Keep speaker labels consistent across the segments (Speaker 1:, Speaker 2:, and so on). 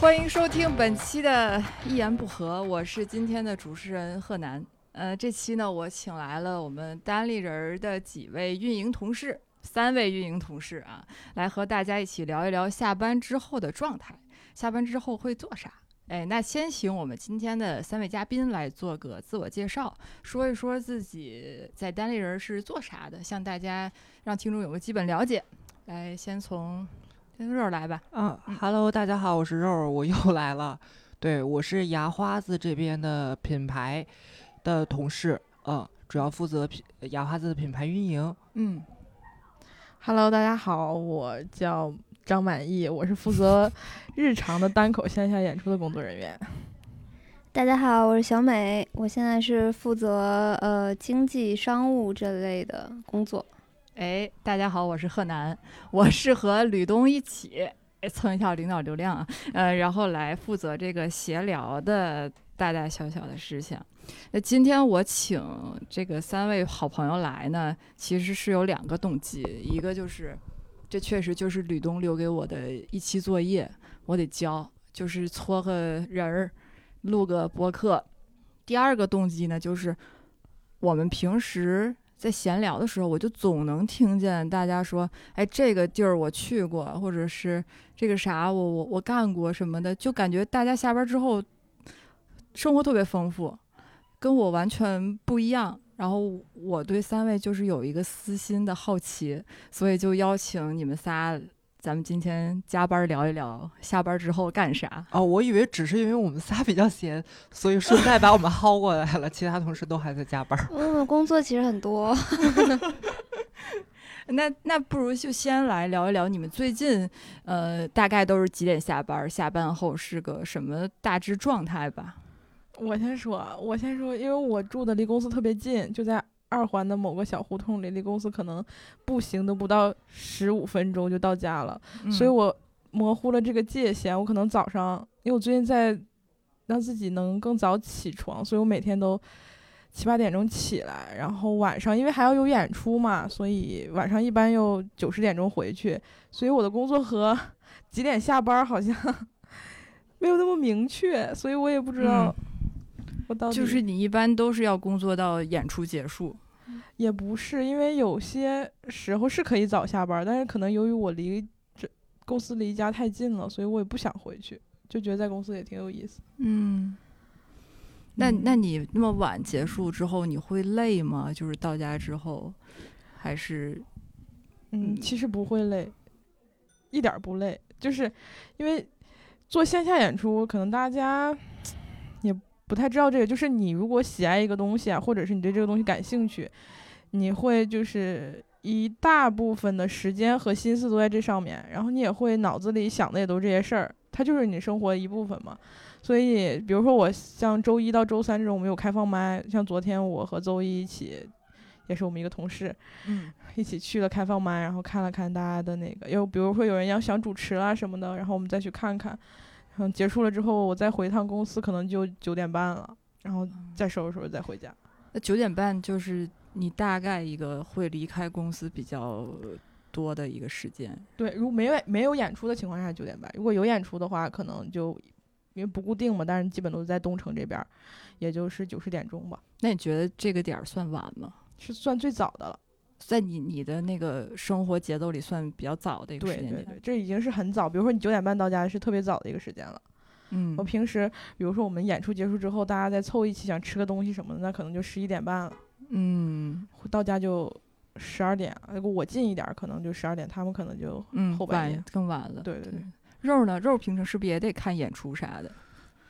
Speaker 1: 欢迎收听本期的《一言不合》，我是今天的主持人贺楠。呃，这期呢，我请来了我们单立人儿的几位运营同事，三位运营同事啊，来和大家一起聊一聊下班之后的状态，下班之后会做啥。哎，那先请我们今天的三位嘉宾来做个自我介绍，说一说自己在单立人儿是做啥的，向大家让听众有个基本了解。来，先从先从这儿来吧。
Speaker 2: 嗯，Hello，大家好，我是肉儿，我又 来了。对，我是牙花子这边的品牌的同事，嗯，主要负责品牙花子的品牌运营。
Speaker 1: 嗯，
Speaker 3: Hello，大家好，我叫张满意，我是负责日常的单口线下演出的工作人员。
Speaker 4: 大家好，我是小美，我现在是负责呃经济、商务这类的工作。
Speaker 1: 哎，大家好，我是贺楠，我是和吕东一起哎蹭一下领导流量啊，呃，然后来负责这个闲聊的大大小小的事项。那今天我请这个三位好朋友来呢，其实是有两个动机，一个就是这确实就是吕东留给我的一期作业，我得交，就是撮合人儿录个播客。第二个动机呢，就是我们平时在闲聊的时候，我就总能听见大家说：“哎，这个地儿我去过，或者是这个啥我我我干过什么的。”就感觉大家下班之后生活特别丰富，跟我完全不一样。然后我对三位就是有一个私心的好奇，所以就邀请你们仨，咱们今天加班聊一聊下班之后干啥。
Speaker 2: 哦，我以为只是因为我们仨比较闲，所以顺带把我们薅过来了，其他同事都还在加班儿。
Speaker 4: 我们嗯工作其实很多，
Speaker 1: 那那不如就先来聊一聊你们最近，呃，大概都是几点下班？下班后是个什么大致状态吧？
Speaker 3: 我先说，啊我先说，因为我住的离公司特别近，就在二环的某个小胡同里，离公司可能步行都不到十五分钟就到家了，
Speaker 1: 嗯
Speaker 3: 所以我模糊了这个界限。我可能早上，因为我最近在让自己能更早起床，所以我每天都七八点钟起来，然后晚上因为还要有演出嘛，所以晚上一般又九十点钟回去，所以我的工作和几点下班好像 没有那么明确，所以我也不知道我到
Speaker 1: 嗯、
Speaker 3: 底、
Speaker 1: 就是你一般都是要工作到演出结束。
Speaker 3: 也不是，因为有些时候是可以早下班儿，但是可能由于我离这公司离家太近了，所以我也不想回去，就觉得在公司也挺有意思。
Speaker 1: 嗯，那那你那么晚结束之后，你会累吗？就是到家之后，还是
Speaker 3: 嗯，
Speaker 1: 嗯
Speaker 3: 其实不会累，一点儿不累，就是因为做线下演出，可能大家也不太知道这个。就是你如果喜爱一个东西啊，或者是你对这个东西感兴趣，你会就是一大部分的时间和心思都在这上面，然后你也会脑子里想的也都是这些事儿，它就是你生活的一部分嘛。所以，比如说我像周一到周三这种，我们有开放麦，像昨天我和周一一起，也是我们一个同事，
Speaker 1: 嗯
Speaker 3: 一起去了开放麦，然后看了看大家的那个，又比如说有人要想主持啊什么的，然后我们再去看看。然后结束了之后，我再回一趟公司，可能就九点半了，然后
Speaker 1: 嗯
Speaker 3: 再收拾收拾再回家。
Speaker 1: 那九点半就是你大概一个会离开公司比较多的一个时间。
Speaker 3: 对，如果没有没有演出的情况下九点半，如果有演出的话，可能就因为不固定嘛，但是基本都是在东城这边儿，也就是九十点钟吧，
Speaker 1: 那你觉得这个点儿算晚吗？
Speaker 3: 是算最早的了。
Speaker 1: 在你你的那个生活节奏里算比较早的一个时
Speaker 3: 对
Speaker 1: 间
Speaker 3: 对
Speaker 1: 点。
Speaker 3: 对，这已经是很早，比如说你九点半到家是特别早的一个时间了。
Speaker 1: 嗯
Speaker 3: 我，平时比如说我们演出结束之后，大家再凑一起想吃个东西什么的，那可能就十一点半了。
Speaker 1: 嗯
Speaker 3: 回到家就十二点，如果我近一点儿，可能就十二点，他们可能就
Speaker 1: 嗯，
Speaker 3: 后半夜
Speaker 1: 晚更晚了。
Speaker 3: 对对对，
Speaker 1: 肉呢？肉平常是不是也得看演出啥的？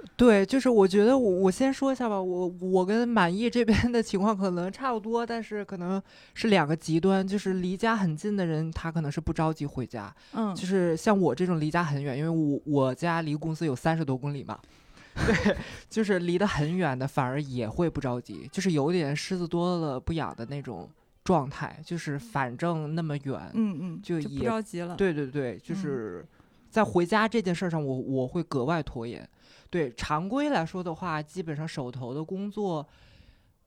Speaker 2: 对，就是我觉得我我先说一下吧，我我跟满意这边的情况可能差不多，但是可能是两个极端，就是离家很近的人，他可能是不着急回家，
Speaker 1: 嗯，
Speaker 2: 就是像我这种离家很远，因为我我家离公司有三十多公里嘛， 对，就是离得很远的反而也会不着急，就是有点狮子多了不痒的那种状态，就是反正那么远，
Speaker 1: 嗯嗯，
Speaker 2: 就
Speaker 1: 就不
Speaker 2: 也
Speaker 1: 着急了。
Speaker 2: 对对对，就
Speaker 1: 嗯
Speaker 2: 是。在回家这件事儿上我，我会格外拖延。对常规来说的话，基本上手头的工作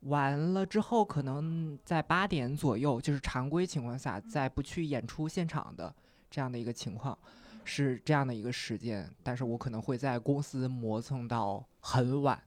Speaker 2: 完了之后，可能在八点左右，就是常规情况下，在不去演出现场的这样的一个情况，是这样的一个时间。但是我可能会在公司磨蹭到很晚。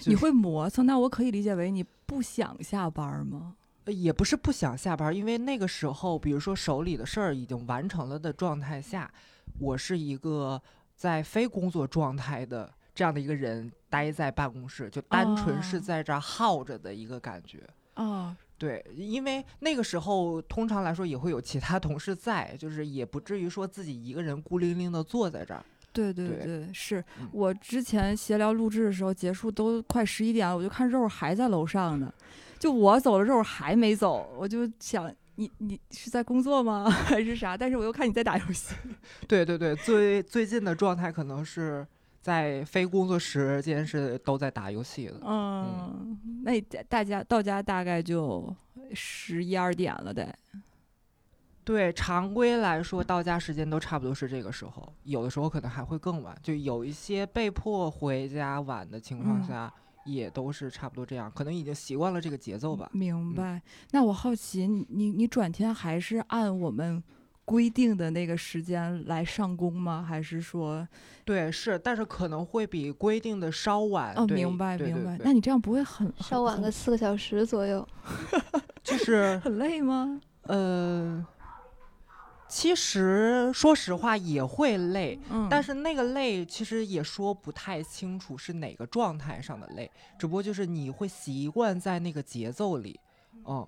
Speaker 2: 就
Speaker 1: 你
Speaker 2: 是
Speaker 1: 会磨蹭，那我可以理解为你不想下班吗？
Speaker 2: 呃也不是不想下班儿，因为那个时候，比如说手里的事儿已经完成了的状态下，我是一个在非工作状态的这样的一个人，待在办公室，就单纯
Speaker 1: 哦
Speaker 2: 是在这儿耗着的一个感觉。
Speaker 1: 哦，
Speaker 2: 对，因为那个时候通常来说也会有其他同事在，就是也不至于说自己一个人孤零零的坐在这儿。
Speaker 1: 对对
Speaker 2: 对
Speaker 1: 对，是
Speaker 2: 嗯
Speaker 1: 我之前闲聊录制的时候，结束都快十一点了，我就看肉儿还在楼上呢，就我走了，肉儿还没走，我就想你你是在工作吗 还是啥？但是我又看你在打游戏，
Speaker 2: 对对对，最最近的状态可能是在非工作时间是都在打游戏的。
Speaker 1: 嗯，那你在大家到家大概就十一二点了得，
Speaker 2: 对，常规来说
Speaker 1: 嗯
Speaker 2: 到家时间都差不多是这个时候，有的时候可能还会更晚，就有一些被迫回家晚的情况
Speaker 1: 嗯
Speaker 2: 下，也都是差不多这样，可能已经习惯了这个节
Speaker 1: 嗯
Speaker 2: 奏吧。嗯
Speaker 1: 明白。那我好奇，你你你转天还是按我们规定的那个时间来上工吗？还是说，
Speaker 2: 对，是，但是可能会比规定的稍晚。
Speaker 1: 哦，
Speaker 2: 啊对
Speaker 1: 明白
Speaker 2: 对
Speaker 1: 明
Speaker 2: 对
Speaker 1: 白。
Speaker 2: 对
Speaker 1: 那你这样不会很很
Speaker 4: 稍晚
Speaker 1: 很
Speaker 4: 个四个小时左右。
Speaker 2: 就是
Speaker 1: 很累吗？
Speaker 2: 呃，其实说实话也会累，
Speaker 1: 嗯，
Speaker 2: 但
Speaker 1: 是
Speaker 2: 是那个累其实也说不太清楚是哪个状态上的累，只不过就是你会习惯在那个节奏里，嗯，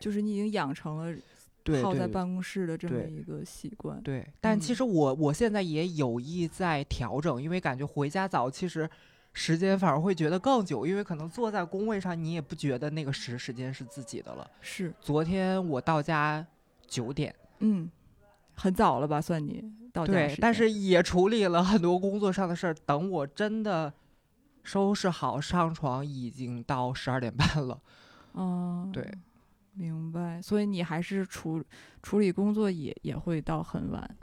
Speaker 1: 就是你已经养成了
Speaker 2: 对
Speaker 1: 泡
Speaker 2: 对
Speaker 1: 在
Speaker 2: 对
Speaker 1: 办公室的这么
Speaker 2: 对
Speaker 1: 一个习惯。
Speaker 2: 对。但其
Speaker 1: 嗯
Speaker 2: 实我我现在也有意在调整，因为感觉回家早，其实时间反而会觉得更久，因为可能坐在工位上，你也不觉得那个时时间是自己的了。
Speaker 1: 是，
Speaker 2: 昨天我到家九点，
Speaker 1: 嗯，很早了吧？算你到家
Speaker 2: 对
Speaker 1: 时，
Speaker 2: 但
Speaker 1: 间
Speaker 2: 是也处理了很多工作上的事儿。等我真的收拾好上床，已经到十二点半了。
Speaker 1: 哦，
Speaker 2: 对，
Speaker 1: 明白。所以你还是处处理工作也也会到很晚，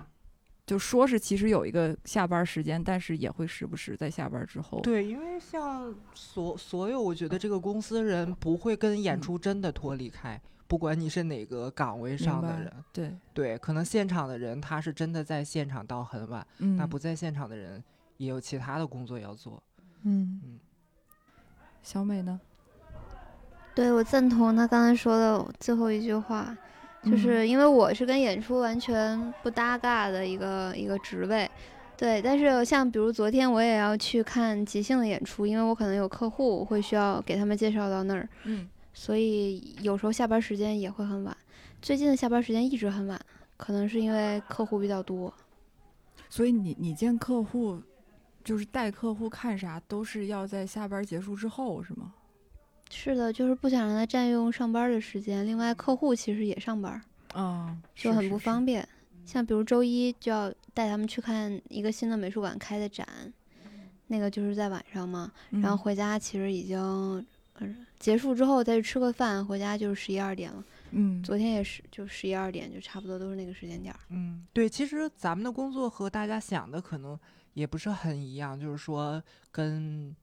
Speaker 1: 就说是其实有一个下班时间，但是也会时不时在下班之后。
Speaker 2: 对，因为像所所有，我觉得这个公司人不会跟演
Speaker 1: 嗯
Speaker 2: 出真的脱离开，不管你是哪个岗位上的
Speaker 1: 白
Speaker 2: 人。
Speaker 1: 对，
Speaker 2: 对，可能现场的人他是真的在现场到很晚，
Speaker 1: 嗯，
Speaker 2: 那不在现场的人也有其他的工作要做。
Speaker 3: 嗯
Speaker 1: 小美呢？
Speaker 4: 对我赞同他刚才说的最后一句话，就是因为我是跟演出完全不搭嘎的一个一个职位，对。但是像比如昨天我也要去看即兴的演出，因为我可能有客户会需要给他们介绍到那儿，
Speaker 1: 嗯，
Speaker 4: 所以有时候下班时间也会很晚。最近的下班时间一直很晚，可能是因为客户比较多。
Speaker 1: 所以你你见客户，就是带客户看啥，都是要在下班结束之后是吗？
Speaker 4: 是的，就是不想让他占用上班的时间。另外，客户其实也上班，
Speaker 1: 啊、
Speaker 4: 就是很
Speaker 1: 是
Speaker 4: 不
Speaker 1: 是
Speaker 4: 方便。像比如周一就要带他们去看一个新的美术馆开的展，那个就是在晚上嘛。然后
Speaker 1: 嗯
Speaker 4: 回家其实已经，呃结束之后再去吃个饭，回家就是十一二点了。
Speaker 1: 嗯，
Speaker 4: 昨天也是，就十一二点，就差不多都是那个时间点儿。
Speaker 2: 嗯，对，其实咱们的工作和大家想的可能也不是很一样，就是说跟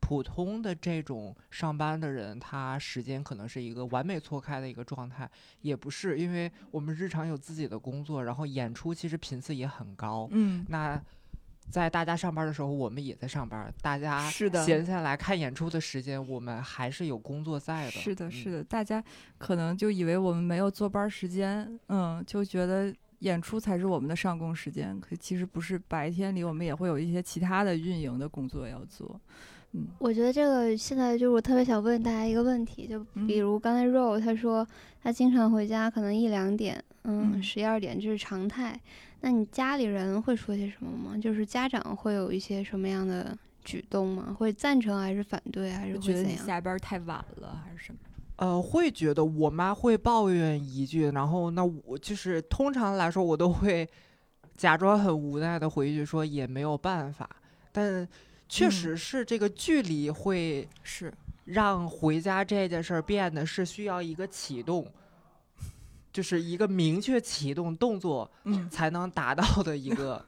Speaker 2: 普通的这种上班的人，他时间可能是一个完美错开的一个状态，也不是，因为我们日常有自己的工作，然后演出其实频次也很高，
Speaker 1: 嗯，
Speaker 2: 那。在大家上班的时候，我们也在上班。大家
Speaker 1: 是的
Speaker 2: 闲下来看演出的时间，我们还是有工作在的。嗯
Speaker 1: 是的，是
Speaker 2: 的。
Speaker 1: 的，大家可能就以为我们没有坐班儿时间，嗯，就觉得演出才是我们的上工时间，可其实不是，白天里我们也会有一些其他的运营的工作要做，嗯，
Speaker 4: 我觉得这个现在就是我特别想问大家一个问题，就比
Speaker 1: 嗯
Speaker 4: 如刚才 Ro 他说他经常回家可能一两点，嗯，
Speaker 1: 嗯
Speaker 4: 十一二点这是常态。那你家里人会说些什么吗？就是家长会有一些什么样的举动吗？会赞成还是反对，还是
Speaker 1: 觉
Speaker 4: 会
Speaker 1: 得
Speaker 4: 怎
Speaker 1: 你
Speaker 4: 样？
Speaker 1: 下班儿太晚了还是什么？
Speaker 2: 呃，会觉得我妈会抱怨一句，然后那我就是通常来说，我都会假装很无奈的回一句说也没有办法，但确
Speaker 1: 嗯
Speaker 2: 实是这个距离会
Speaker 1: 是，
Speaker 2: 让回家这件事儿变得是需要一个启动，就是一个明确启动动作
Speaker 1: 嗯，
Speaker 2: 才能达到的一个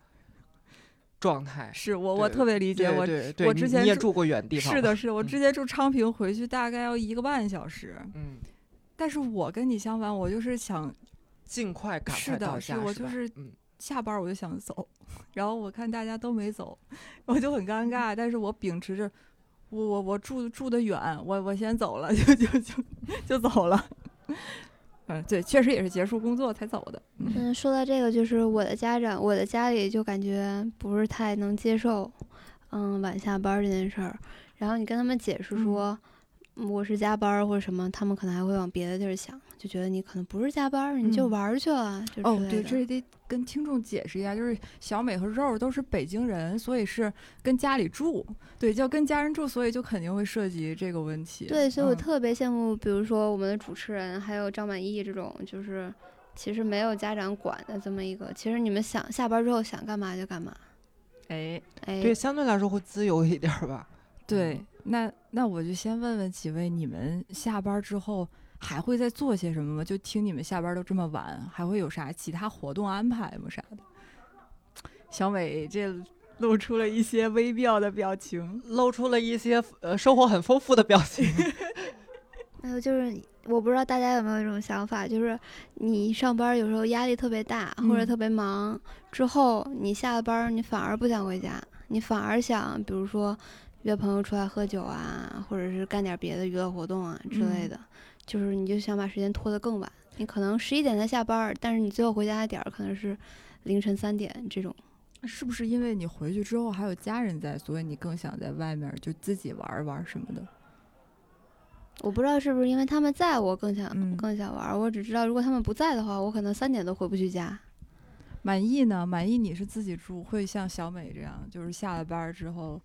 Speaker 2: 状态。
Speaker 1: 是我我
Speaker 2: 对
Speaker 1: 特别理解，
Speaker 2: 对
Speaker 1: 我
Speaker 2: 对对
Speaker 1: 我
Speaker 2: 你
Speaker 1: 之前
Speaker 2: 你也
Speaker 1: 住
Speaker 2: 住过远地方，
Speaker 1: 是，的是的，我
Speaker 2: 嗯
Speaker 1: 直接住昌平回去大概要一个半小时，
Speaker 2: 嗯，
Speaker 1: 但是我跟你相反，我就是想
Speaker 2: 尽快赶
Speaker 1: 是
Speaker 2: 快
Speaker 1: 的
Speaker 2: 到
Speaker 1: 是
Speaker 2: 家，
Speaker 1: 我
Speaker 2: 是
Speaker 1: 就
Speaker 2: 吧
Speaker 1: 是哎
Speaker 2: 嗯
Speaker 1: 下班儿我就想走， 然后我看大家都没走，我就很尴尬。但是我秉持着我我我住住的远，我我先走了， 就就就就走了。嗯，对，确实也是结束工作才走的。嗯
Speaker 4: 嗯，说到这个，就是我的家长，我的家里就感觉不是太能接受，嗯，晚下班儿这件事儿。然后你跟他们解释
Speaker 1: 嗯
Speaker 4: 说，嗯我是加班儿或者什么，他们可能还会往别的地儿想，就觉得你可能不是加班儿，你就
Speaker 1: 嗯
Speaker 4: 玩儿去了，就
Speaker 1: 哦
Speaker 4: 之，类
Speaker 1: 对，
Speaker 4: 的
Speaker 1: 这得跟听众解释一下，就是小美和肉都是北京人，所以是跟家里住，对，就跟家人住，所以就肯定会涉及这个问题。
Speaker 4: 对，所以我
Speaker 1: 嗯
Speaker 4: 特别羡慕，比如说我们的主持人，还有张满意这种，就是其实没有家长管的这么一个，其实你们想下班之后想干嘛就干嘛，
Speaker 1: 哎，
Speaker 4: 哎，
Speaker 2: 对，相对来说会自由一点儿吧。
Speaker 1: 对，那那我就先问问几位，你们下班之后还会再做些什么吗？就听你们下班都这么晚，还会有啥其他活动安排吗？啥的？小美这露出了一些微妙的表情。
Speaker 2: 露出了一些呃生活很丰富的表情。
Speaker 4: 还有呃就是，我不知道大家有没有这种想法，就是你上班有时候压力特别大，或者
Speaker 1: 嗯
Speaker 4: 特别忙，之后你下了班儿，你反而不想回家，你反而想，比如说约朋友出来喝酒啊，或者是干点别的娱乐活动啊之
Speaker 1: 嗯
Speaker 4: 类的，就是你就想把时间拖得更晚。你可能十一点才下班儿，但是你最后回家的点儿可能是凌晨三点这种。
Speaker 1: 是不是因为你回去之后还有家人在，所以你更想在外面就自己玩儿玩儿什么的？
Speaker 4: 我不知道是不是因为他们在我更想、
Speaker 1: 嗯
Speaker 4: 更想玩儿，我只知道如果他们不在的话，我可能三点都回不去家。
Speaker 1: 满意呢？满意你是自己住，会像小美这样，就是下了班儿之后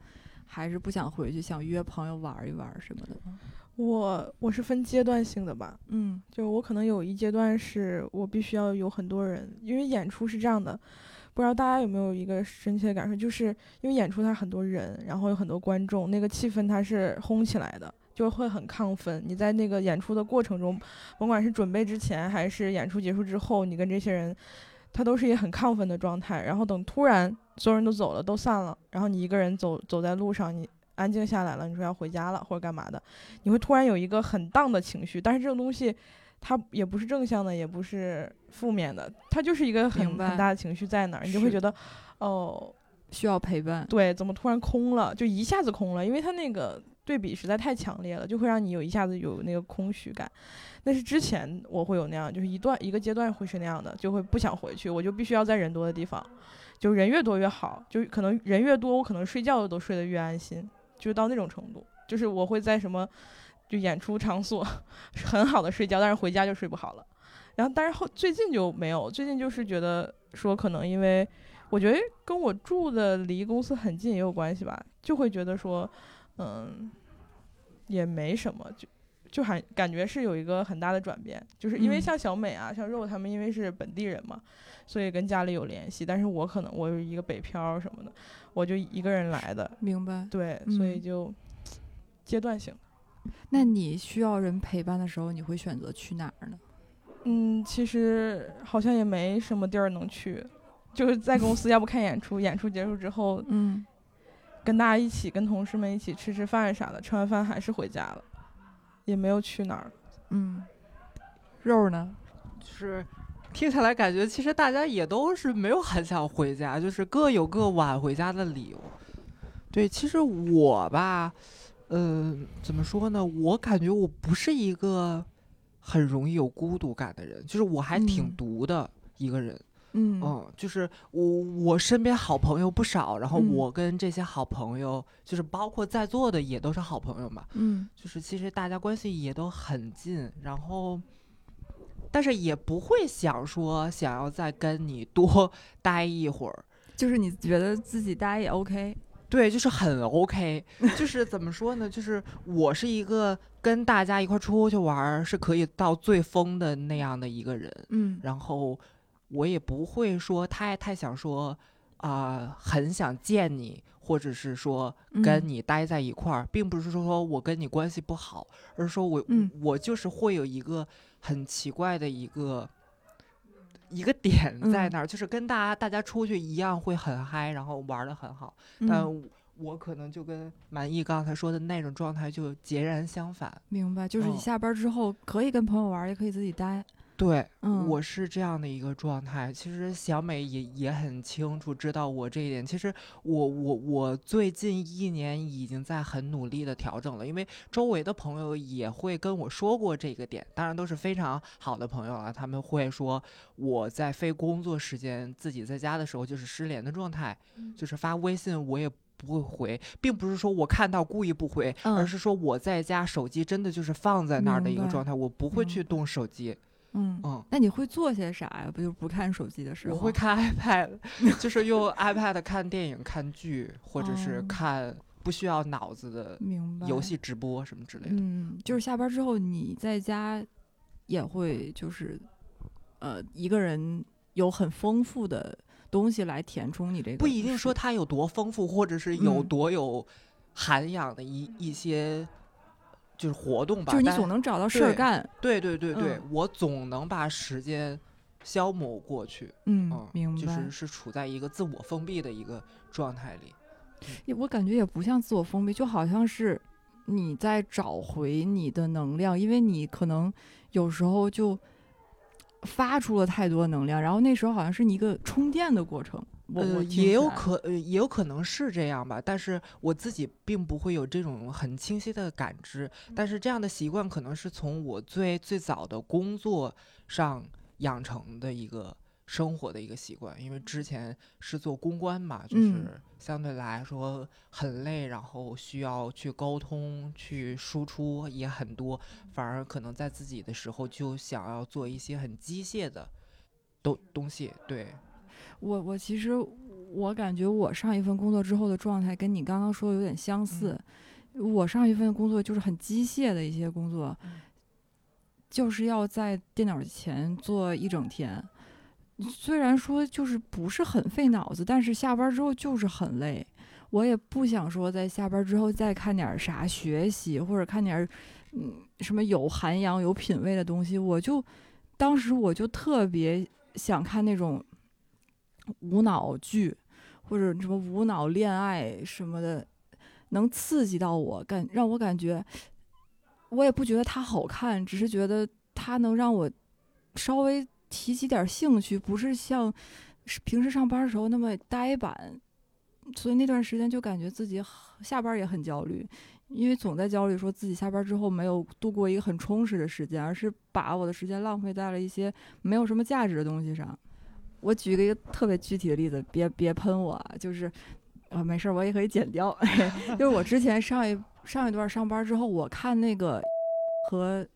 Speaker 1: 还是不想回去，想约朋友玩儿一玩儿什么的吗？
Speaker 3: 我我是分阶段性的吧，
Speaker 1: 嗯
Speaker 3: 就我可能有一阶段是我必须要有很多人，因为演出是这样的，不知道大家有没有一个深切的感受，就是因为演出它很多人，然后有很多观众，那个气氛它是烘起来的，就会很亢奋。你在那个演出的过程中，甭管是准备之前还是演出结束之后，你跟这些人，他都是一个很亢奋的状态。然后等突然所有人都走了，都散了，然后你一个人走走在路上，你安静下来了，你说要回家了或者干嘛的，你会突然有一个很荡的情绪，但是这种东西。它也不是正向的，也不是负面的，它就是一个很
Speaker 1: 明白
Speaker 3: 很大的情绪在那儿，你就是会
Speaker 1: 的
Speaker 3: 觉得，哦，
Speaker 1: 需要陪伴。
Speaker 3: 对，怎么突然空了？就一下子空了，因为它那个对比实在太强烈了，就会让你有一下子有那个空虚感。那是之前我会有那样，就是一段一个阶段会是那样的，就会不想回去，我就必须要在人多的地方，就人越多越好，就可能人越多，我可能睡觉都睡得越安心，就到那种程度，就是我会在什么就演出场所很好的睡觉，但是回家就睡不好了。然后，但是后最近就没有，最近就是觉得说可能因为我觉得跟我住的离公司很近也有关系吧，就会觉得说，嗯，也没什么，就就还感觉是有一个很大的转变，就是因为
Speaker 1: 嗯
Speaker 3: 像小美啊、像肉他们因为是本地人嘛，所以跟家里有联系，但是我可能我有一个北漂什么的，我就一个人来的，
Speaker 1: 明白。
Speaker 3: 对，所以
Speaker 1: 嗯
Speaker 3: 就阶段性。
Speaker 1: 那你需要人陪伴的时候，你会选择去哪儿呢？
Speaker 3: 嗯，其实好像也没什么地儿能去，就是在公司，要不看演出，演出结束之后
Speaker 1: 嗯，
Speaker 3: 跟大家一起，跟同事们一起吃吃饭啥的，吃完饭还是回家了，也没有去哪儿。
Speaker 1: 嗯，肉呢？
Speaker 2: 就是听起来感觉其实大家也都是没有很想回家，就是各有各晚回家的理由。对，其实我吧，呃，怎么说呢？我感觉我不是一个很容易有孤独感的人，就是我还挺
Speaker 1: 嗯
Speaker 2: 独的一个人。
Speaker 1: 嗯
Speaker 2: 嗯，就是我我身边好朋友不少，然后
Speaker 1: 嗯
Speaker 2: 我跟这些好朋友，就是包括在座的也都是好朋友嘛，
Speaker 1: 嗯
Speaker 2: 就是其实大家关系也都很近，然后，但是也不会想说想要再跟你多 待一会儿。
Speaker 1: 就是你觉得自己待也 OK，
Speaker 2: 对，就是很 OK，就是怎么说呢？就是我是一个跟大家一块儿出去玩儿是可以到最疯的那样的一个人，
Speaker 1: 嗯
Speaker 2: 然后我也不会说太太想说啊、很想见你，或者是说
Speaker 1: 嗯
Speaker 2: 跟你待在一块儿，并不是说我跟你关系不好，而是说我、
Speaker 1: 嗯
Speaker 2: 我就是会有一个很奇怪的一个一个点在
Speaker 1: 嗯
Speaker 2: 那儿，就是跟大家大家出去一样会很嗨，然后玩的很好。但
Speaker 1: 嗯，
Speaker 2: 我我可能就跟满意刚才说的那种状态就截然相反。
Speaker 1: 明白，就是你
Speaker 2: 哦
Speaker 1: 下班之后可以跟朋友玩儿，也可以自己待。
Speaker 2: 对，
Speaker 1: 嗯，
Speaker 2: 我是这样的一个状态。其实小美也也很清楚知道我这一点。其实我我我最近一年已经在很努力的调整了，因为周围的朋友也会跟我说过这个点，当然都是非常好的朋友了。他们会说我在非工作时间自己在家的时候就是失联的状态，
Speaker 1: 嗯
Speaker 2: 就是发微信我也。不会回，并不是说我看到故意不回，而
Speaker 1: 嗯
Speaker 2: 是说我在家手机真的就是放在那儿的一
Speaker 1: 明
Speaker 2: 个
Speaker 1: 白
Speaker 2: 状态，我不会去
Speaker 1: 明
Speaker 2: 动手机。
Speaker 1: 嗯，
Speaker 2: 嗯，
Speaker 1: 那你会做些啥呀？不就不看手机的时候？
Speaker 2: 我会看 iPad，就是 用 iPad 看电影、看剧，或者是
Speaker 1: 哦
Speaker 2: 看不需要脑子的
Speaker 1: 明白
Speaker 2: 游戏直播什么之类的。
Speaker 1: 嗯，就是下班之后你在家也会就是呃一个人有很丰富的东西来填充你这个，
Speaker 2: 不一定说它有多丰富，或者是有
Speaker 1: 嗯
Speaker 2: 多有涵养的一、一些就是活动吧。
Speaker 1: 就是你
Speaker 2: 但
Speaker 1: 总能找到事儿
Speaker 2: 对
Speaker 1: 干。
Speaker 2: 对对对对，我总能把时间消磨过去。
Speaker 1: 嗯
Speaker 2: 嗯，，
Speaker 1: 明白。
Speaker 2: 就是是处在一个自我封闭的一个状态里。
Speaker 1: 也我感觉也不像自我封闭，就好像是你在找回你的能量，因为你可能有时候就发出了太多能量，然后那时候好像是你一个充电的过程。我、
Speaker 2: 呃，
Speaker 1: 我听
Speaker 2: 也
Speaker 1: 起
Speaker 2: 有
Speaker 1: 来
Speaker 2: 可、呃也有可能是这样吧，但是我自己并不会有这种很清晰的感知。但
Speaker 1: 嗯
Speaker 2: 是这样的习惯可能是从我最最早的工作上养成的一个生活的一个习惯，因为之前是做公关嘛，就
Speaker 1: 嗯
Speaker 2: 是相对来说很累，然后需要去沟通、去输出也很多，
Speaker 1: 嗯
Speaker 2: 反而可能在自己的时候就想要做一些很机械的东东西，对。
Speaker 1: 我我其实我感觉我上一份工作之后的状态跟你刚刚说的有点相似。我上一份工作就是很机械的一些工作，
Speaker 2: 嗯
Speaker 1: 就是要在电脑前做一整天。虽然说就是不是很费脑子，但是下班之后就是很累。我也不想说在下班之后再看点儿啥学习或者看点儿嗯什么有涵养、有品位的东西。我就当时我就特别想看那种无脑剧，或者什么无脑恋爱什么的，能刺激到我，感让我感觉，我也不觉得它好看，只是觉得它能让我稍微提起点兴趣，不是像是平时上班的时候那么呆板。所以那段时间就感觉自己很下班也很焦虑，因为总在焦虑说自己下班之后没有度过一个很充实的时间，而是把我的时间浪费在了一些没有什么价值的东西上。我举一个特别具体的例子，别别喷我，啊，就是啊，没事儿，我也可以剪掉。 就是我之前上一上一段上班之后，我看那个和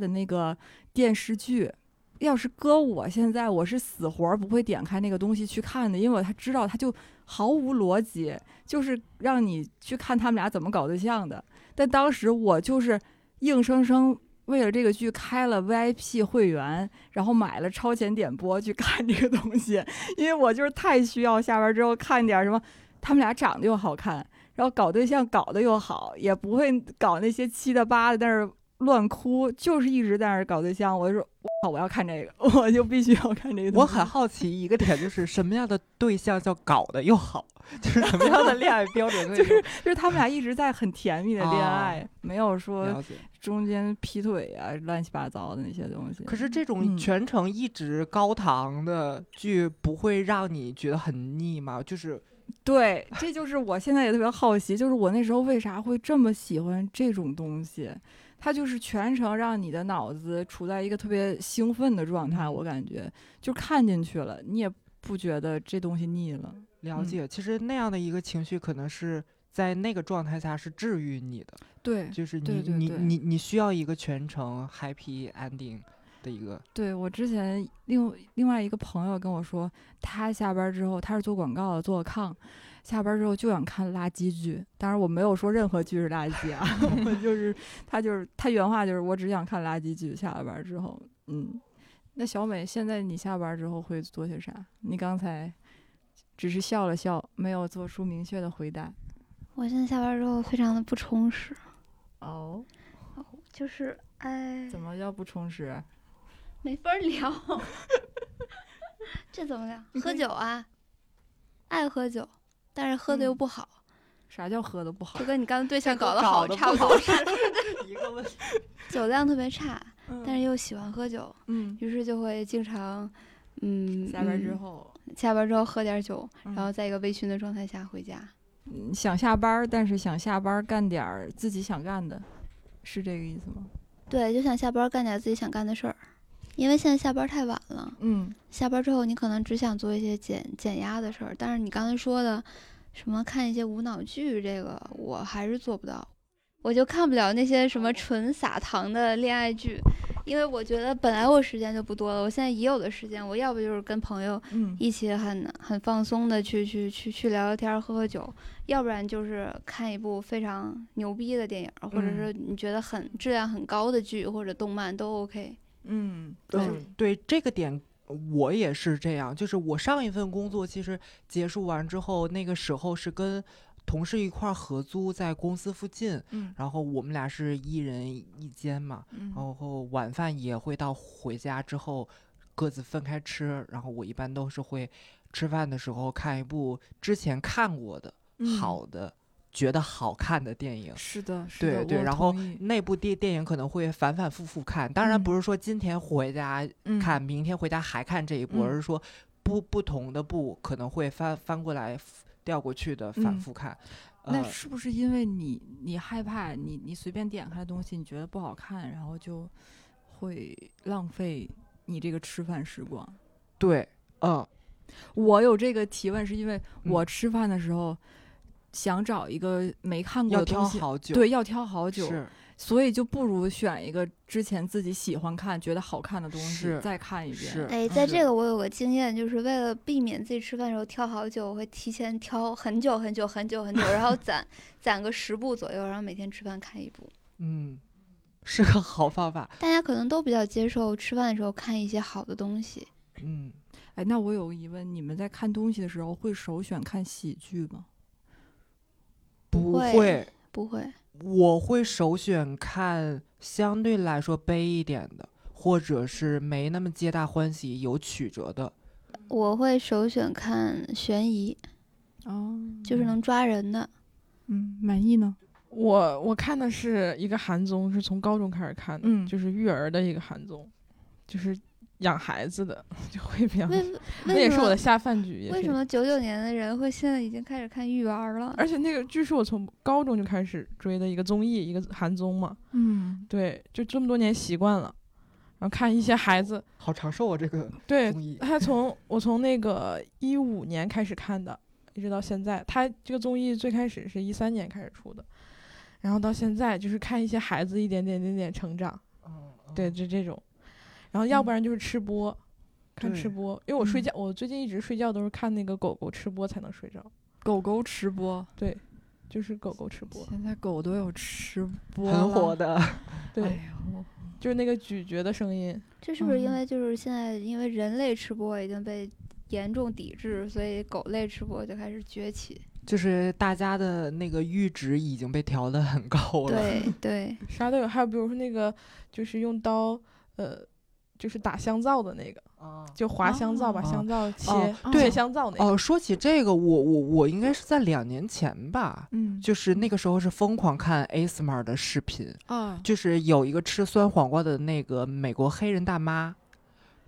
Speaker 1: 的那个电视剧，要是搁我现在，我是死活儿不会点开那个东西去看的，因为我他知道他就毫无逻辑，就是让你去看他们俩怎么搞对象的。但当时我就是硬生生为了这个剧开了 VIP 会员，然后买了超前点播去看这个东西，因为我就是太需要下班之后看点儿什么，他们俩长得又好看，然后搞对象搞得又好，也不会搞那些七的八的在那儿乱哭，就是一直在那儿搞对象。我就说，我操，我要看这个， 我就必须要看这个东西。
Speaker 2: 我很好奇一个点，就是什么样的对象叫搞得又好，就是什么样的恋爱标准
Speaker 1: 就是就是他们俩一直在很甜蜜的恋爱，没有说
Speaker 2: 了解。
Speaker 1: 中间劈腿啊、乱七八糟的那些东西。
Speaker 2: 可是这
Speaker 1: 嗯
Speaker 2: 种全程一直高糖的剧，不会让你觉得很腻吗？就是
Speaker 1: 对，这就是我现在也特别好奇，就是我那时候为啥会这么喜欢这种东西？它就是全程让你的脑子处在一个特别兴奋的状态，我感觉就看进去了，你也不觉得这东西腻了。
Speaker 2: 了解，其实那样的一个情绪，可能是在那个状态下是治愈你的，
Speaker 1: 对，
Speaker 2: 就是你
Speaker 1: 对对
Speaker 2: 你
Speaker 1: 对
Speaker 2: 你你需要一个全程 happy ending 的一个，
Speaker 1: 对我之前另另外一个朋友跟我说，他下班之后他是做广告的，做抗，下班之后就想看垃圾剧。当然我没有说任何剧是垃圾啊， 我就是他就是他原话就是我只想看垃圾剧。下了班之后，嗯，那小美现在你下班之后会做些啥？你刚才只是笑了笑，没有做出明确的回答。
Speaker 4: 我现在下班之后非常的不充实，
Speaker 1: 哦，
Speaker 4: 就是哎，
Speaker 1: 怎么叫不充实？啊
Speaker 4: 没法儿聊。 这怎么聊？
Speaker 1: 你可
Speaker 4: 喝
Speaker 1: 以
Speaker 4: 酒啊，爱喝酒，但是喝的又
Speaker 1: 嗯
Speaker 4: 不好，
Speaker 1: 啥叫喝的不好啊
Speaker 4: 就？跟你刚刚对象
Speaker 2: 跟
Speaker 4: 搞得
Speaker 2: 搞
Speaker 4: 好
Speaker 2: 得
Speaker 4: 差
Speaker 2: 不
Speaker 4: 不
Speaker 2: 好
Speaker 4: 多 是，
Speaker 2: 一个问题。
Speaker 4: 酒量特别差，但
Speaker 1: 是
Speaker 4: 是又喜欢喝酒，
Speaker 1: 嗯，
Speaker 4: 于是就会经常，嗯，
Speaker 1: 下班之
Speaker 4: 嗯，
Speaker 1: 后，
Speaker 4: 下班之后喝点酒，
Speaker 1: 然
Speaker 4: 然后在一个微醺的状态下回家。
Speaker 1: 想下班儿，但是想下班儿干点儿自己想干的，是这个意思吗？
Speaker 4: 对，就想下班干点自己想干的事儿，因为现在下班太晚了。
Speaker 1: 嗯
Speaker 4: 下班之后，你可能只想做一些减减压的事儿，但是你刚才说的什么看一些无脑剧，这个我还是做不到，我就看不了那些什么纯撒糖的恋爱剧，因为我觉得本来我时间就不多了，我现在已有的时间，我要不就是跟朋友
Speaker 1: 嗯
Speaker 4: 一起很很放松的去去去去聊聊天儿、喝喝酒，要不然就是看一部非常牛逼的电影，或者
Speaker 1: 嗯
Speaker 4: 是你觉得很质量很高的剧或者动漫都 OK。
Speaker 1: 嗯，
Speaker 2: 对
Speaker 1: 嗯
Speaker 2: 呃对，这个点我也是这样。就是我上一份工作其实结束完之后，那个时候是跟同事一块儿合租在公司附近，
Speaker 1: 嗯
Speaker 2: 然后我们俩是一人一间嘛，
Speaker 1: 嗯
Speaker 2: 然后晚饭也会到回家之后各自分开吃。然后我一般都是会吃饭的时候看一部之前看过的
Speaker 1: 嗯
Speaker 2: 好的、觉得好看的电影。
Speaker 1: 是的，是的
Speaker 2: 对对，
Speaker 1: 我
Speaker 2: 然后
Speaker 1: 同意
Speaker 2: 那部电电影可能会反反复复看，当然
Speaker 1: 嗯
Speaker 2: 不是说今天回家
Speaker 1: 嗯
Speaker 2: 看，明天回家还看这一部，
Speaker 1: 嗯
Speaker 2: 而是说不不同的部可能会翻翻过来调过去的反
Speaker 1: 嗯
Speaker 2: 复看。
Speaker 1: 那
Speaker 2: 呃，
Speaker 1: 是不是因为你你害怕你你随便点开的东西你觉得不好看，然后就会浪费你这个吃饭时光？
Speaker 2: 对，嗯
Speaker 1: 我有这个提问是因为我
Speaker 2: 嗯
Speaker 1: 吃饭的时候想找一个没看过
Speaker 2: 要
Speaker 1: 的
Speaker 2: 挑
Speaker 1: 东西，
Speaker 2: 好久，
Speaker 1: 对，要挑好久，
Speaker 2: 是
Speaker 1: 所以就不如选一个之前自己喜欢看、觉得好看的东西
Speaker 2: 是
Speaker 1: 再看一遍。
Speaker 2: 是，
Speaker 4: 哎，在
Speaker 3: 嗯
Speaker 4: 这个我有个经验，就是为了避免自己吃饭时候挑好久，我会提前挑很久很久很久很久，然后 攒攒个十部左右，然后每天吃饭看一部。
Speaker 2: 嗯，是个好方法，
Speaker 4: 大家可能都比较接受吃饭的时候看一些好的东西。
Speaker 2: 嗯。
Speaker 1: 哎，那我有个疑问，你们在看东西的时候会首选看喜剧吗？
Speaker 4: 不
Speaker 2: 不
Speaker 4: 会
Speaker 2: 会，
Speaker 4: 不会，
Speaker 3: 嗯
Speaker 2: 我会首选看相对来说悲一点的，或者是没那么皆大欢喜、有曲折的。
Speaker 4: 我会首选看悬疑，
Speaker 1: 哦，
Speaker 2: 嗯
Speaker 4: 就是能抓人的。
Speaker 1: 嗯，满意呢？
Speaker 3: 我我看的是一个韩综，是从高中开始看的，
Speaker 1: 嗯
Speaker 3: 就是育儿的一个韩综，就是养孩子的， 就会比较。
Speaker 4: 为
Speaker 3: 那
Speaker 4: 为
Speaker 3: 也
Speaker 4: 什
Speaker 3: 是我的
Speaker 4: 么？
Speaker 3: 下饭剧，也
Speaker 4: 为
Speaker 3: 是嗯
Speaker 4: 什？么九九年的人会现在已经开始看育儿了？
Speaker 3: 而且那个剧是我从高中就开始追的一个综艺，一个韩综嘛，
Speaker 1: 嗯，
Speaker 3: 对，就这么多年习惯了。然后看一些孩子，
Speaker 2: 好长寿啊，这个
Speaker 3: 对
Speaker 2: 综艺。
Speaker 3: 他从我从那个一五年开始看的，一直到现在。他这个综艺最开始是一三年开始出的，然后到现在就是看一些孩子一点点点点成长，
Speaker 2: 嗯
Speaker 3: 对，就这种。然后要不然就是吃播，看吃
Speaker 2: 对
Speaker 3: 播，因为我睡觉，我最近一直睡觉都是看那个狗狗吃播才能睡着，
Speaker 1: 狗狗吃播，
Speaker 3: 对，就是狗狗吃播，
Speaker 1: 现在狗都有吃播，
Speaker 2: 很火。的。嗯
Speaker 3: 对，
Speaker 1: 哎呦，
Speaker 3: 就是那个咀嚼的声音，
Speaker 4: 这是不是因
Speaker 1: 嗯
Speaker 4: 为就是现在因为人类吃播已经被严重抵制，所以狗类吃播就开始崛起？
Speaker 2: 就是大家的那个阈值已经被调得很高了。
Speaker 4: 对对，
Speaker 3: 啥都有。还有比如说那个，就是用刀，呃，就是打香皂的那个，
Speaker 2: 啊
Speaker 3: 就划香皂，把
Speaker 2: 哦
Speaker 3: 香皂切、
Speaker 2: 哦
Speaker 3: 切
Speaker 2: 对
Speaker 3: 香皂那个。
Speaker 2: 哦，说起这个，我我我应该是在两年前吧，
Speaker 1: 嗯，
Speaker 2: 就是那个时候是疯狂看 ASMR 的视频，
Speaker 1: 啊，
Speaker 2: 就是有一个吃酸黄瓜的那个美国黑人大妈，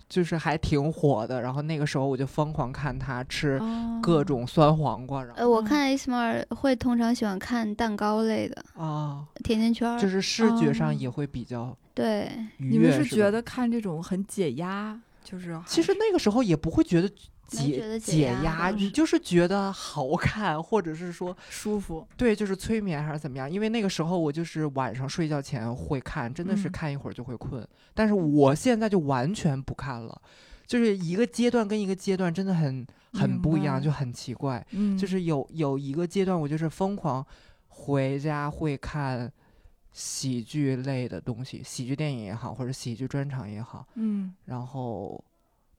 Speaker 2: 就是还挺火的。然后那个时候我就疯狂看她吃
Speaker 1: 啊
Speaker 2: 各种酸黄瓜，然后
Speaker 4: 呃，我
Speaker 1: 嗯
Speaker 4: 看 ASMR 会通常喜欢看蛋糕类的
Speaker 2: 啊，
Speaker 4: 甜甜圈儿，
Speaker 2: 就是视觉
Speaker 1: 哦
Speaker 2: 上也会比较
Speaker 4: 对，
Speaker 2: 愉
Speaker 1: 你
Speaker 2: 悦。
Speaker 1: 们是
Speaker 2: 吧
Speaker 1: 觉得看这种很解压，就是
Speaker 2: 其实那个时候也不会觉得解
Speaker 4: 觉得解
Speaker 2: 解
Speaker 4: 压
Speaker 2: 压，
Speaker 4: 倒
Speaker 2: 你
Speaker 4: 是
Speaker 2: 就是觉得好看，或者是说
Speaker 1: 舒服。
Speaker 2: 对，就是催眠还是怎么样？因为那个时候我就是晚上睡觉前会看，真的是
Speaker 1: 嗯
Speaker 2: 看一会儿就会困。但是我现在就完全不看了，就是一个阶段跟一个阶段真的很很
Speaker 1: 明
Speaker 2: 不一
Speaker 1: 白
Speaker 2: 样，就很奇怪。
Speaker 1: 嗯，
Speaker 2: 就是有有一个阶段，我就是疯狂回家会看喜剧类的东西，喜剧电影也好，或者喜剧专场也好。
Speaker 1: 嗯，
Speaker 2: 然后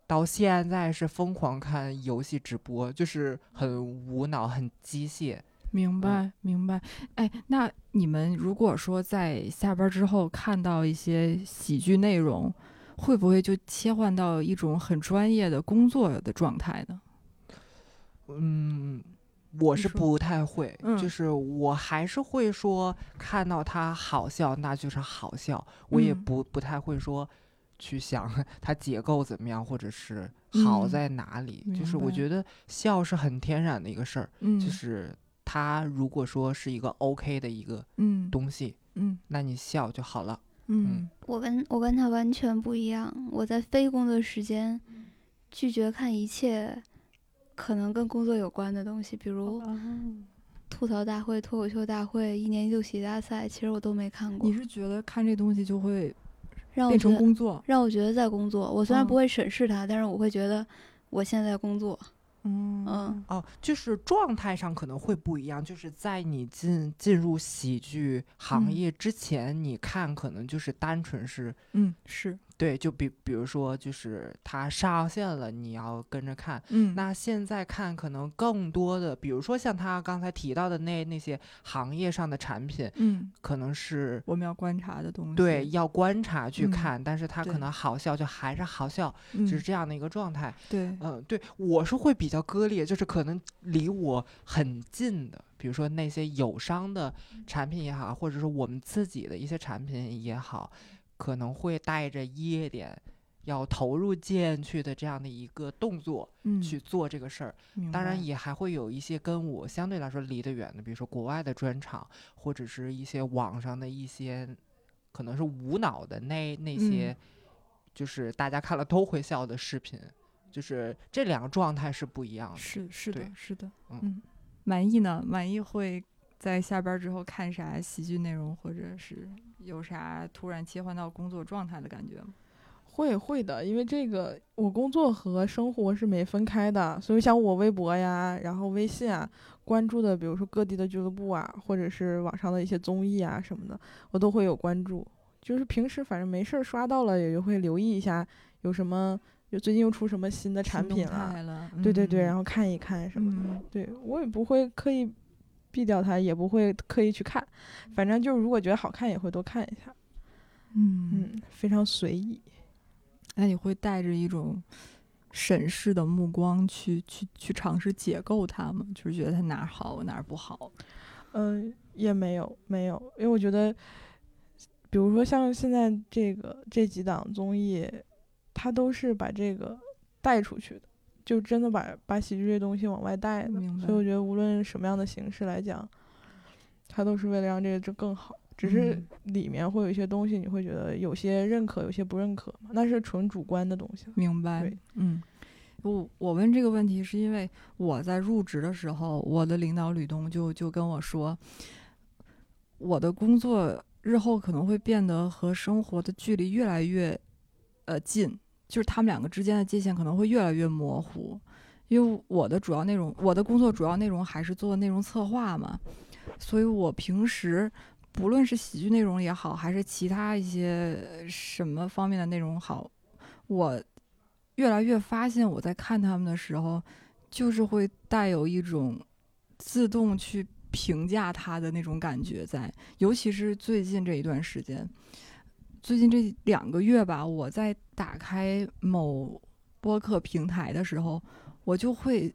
Speaker 2: 到现在是疯狂看游戏直播，就是很无脑、很机械。
Speaker 1: 明白明白。哎，那你们如果说在下班之后看到一些喜剧内容，会不会就切换到一种很专业的工作的状态呢？
Speaker 2: 嗯，我
Speaker 1: 你
Speaker 2: 是
Speaker 1: 说
Speaker 2: 不太会，
Speaker 1: 嗯
Speaker 2: 就是我还是会说看到他好笑，那就是好笑，我也
Speaker 1: 嗯
Speaker 2: 不不太会说去想 它结构怎么样，或者是好
Speaker 1: 嗯
Speaker 2: 在哪里。就是
Speaker 1: 明
Speaker 2: 我
Speaker 1: 白
Speaker 2: 觉得笑是很天然的一个事儿，
Speaker 1: 嗯，
Speaker 2: 就是它如果说是一个 OK 的一个
Speaker 1: 嗯
Speaker 2: 东西，
Speaker 1: 嗯
Speaker 2: 那你笑就好了。
Speaker 1: 嗯
Speaker 4: 我跟我跟他完全不一样，我在非工作时间拒绝看一切可能跟工作有关的东西，比
Speaker 1: 哦
Speaker 4: 如吐槽大会、脱口秀大会、一年一度喜剧大赛，其实我都没看过
Speaker 1: 你。是觉得看这东西就会
Speaker 4: 让我
Speaker 1: 变
Speaker 4: 觉
Speaker 1: 成
Speaker 4: 得
Speaker 1: 工作？
Speaker 4: 让我觉得在工作，我虽然
Speaker 1: 嗯
Speaker 4: 不会审视它，但是我会觉得我现在在工作。
Speaker 1: 嗯
Speaker 4: 嗯
Speaker 2: 哦，就是状态上可能会不一样，就是在你进进入喜剧行
Speaker 1: 嗯
Speaker 2: 业之前，你看可能就是单纯是
Speaker 1: 嗯是
Speaker 2: 对，就比比如说就是它上线了，你要跟着看。
Speaker 1: 嗯
Speaker 2: 那现在看可能更多的，比如说像他刚才提到的那那些行业上的产品，
Speaker 1: 嗯
Speaker 2: 可能是
Speaker 1: 我们要观察的东西
Speaker 2: 对，要观察去
Speaker 1: 嗯
Speaker 2: 看，但是它
Speaker 1: 对
Speaker 2: 可能好笑就还是好笑，
Speaker 1: 嗯
Speaker 2: 就是这样的一个状态。
Speaker 1: 对
Speaker 2: 嗯，对，我是会比较割裂，就是可能离我很近的，比如说那些友商的产品也好，或者说我们自己的一些产品也好，可能会带着一点要投入进去的这样的一个动作
Speaker 1: 嗯
Speaker 2: 去做这个事儿。
Speaker 1: 明
Speaker 2: 当
Speaker 1: 白
Speaker 2: 然也还会有一些跟我相对来说离得远的，比如说国外的专场，或者是一些网上的一些，可能是无脑的那那些，
Speaker 1: 嗯
Speaker 2: 就是大家看了都会笑的视频，就是这两个状态是不一样的。
Speaker 1: 是是的
Speaker 2: 啊对
Speaker 1: 是的
Speaker 2: 嗯
Speaker 1: 嗯满意呢满意会在下班之后看啥喜剧内容或者是有啥突然切换到工作状态的感觉吗？
Speaker 3: 会会的，因为这个我工作和生活是没分开的，所以像我微博呀，然后微信啊，关注的，比如说各地的俱乐部啊，或者是网上的一些综艺啊什么的，我都会有关注。就是平时反正没事儿刷到了，也就会留意一下有什么，就最近又出什么新的产
Speaker 1: 新动
Speaker 3: 品了，
Speaker 1: 态了
Speaker 3: 对对对，
Speaker 1: 嗯
Speaker 3: 然后看一看什么的。
Speaker 1: 嗯
Speaker 3: 对我也不会刻意避掉它，也不会刻意去看，反正就是如果觉得好看也会多看一下。
Speaker 1: 嗯嗯
Speaker 3: 嗯，非常随意。
Speaker 1: 那你会带着一种审视的目光去去去尝试解构它吗？就是觉得它哪儿好哪儿不好？
Speaker 3: 嗯，也没有没有，因为我觉得，比如说像现在这个这几档综艺，它都是把这个带出去的，就真的把把喜剧这东西往外带的。
Speaker 1: 明
Speaker 3: 所以我觉得，无论什么样的形式来讲，它都是为了让这个这更好。只是
Speaker 1: 嗯
Speaker 3: 里面会有一些东西，你会觉得有些认可，有些不认可嘛，那是纯主观的东西了。
Speaker 1: 明白
Speaker 3: 对，
Speaker 1: 嗯。我我问这个问题是因为我在入职的时候，我的领导吕东就就跟我说，我的工作日后可能会变得和生活的距离越来越呃近，就是他们两个之间的界限可能会越来越模糊。因为我的主要内容，我的工作主要内容还是做内容策划嘛，所以我平时不论是喜剧内容也好，还是其他一些呃什么方面的内容好，我越来越发现我在看他们的时候，就是会带有一种自动去评价他的那种感觉在，尤其是最近这一段时间，最近这两个月吧，我在打开某播客平台的时候，我就会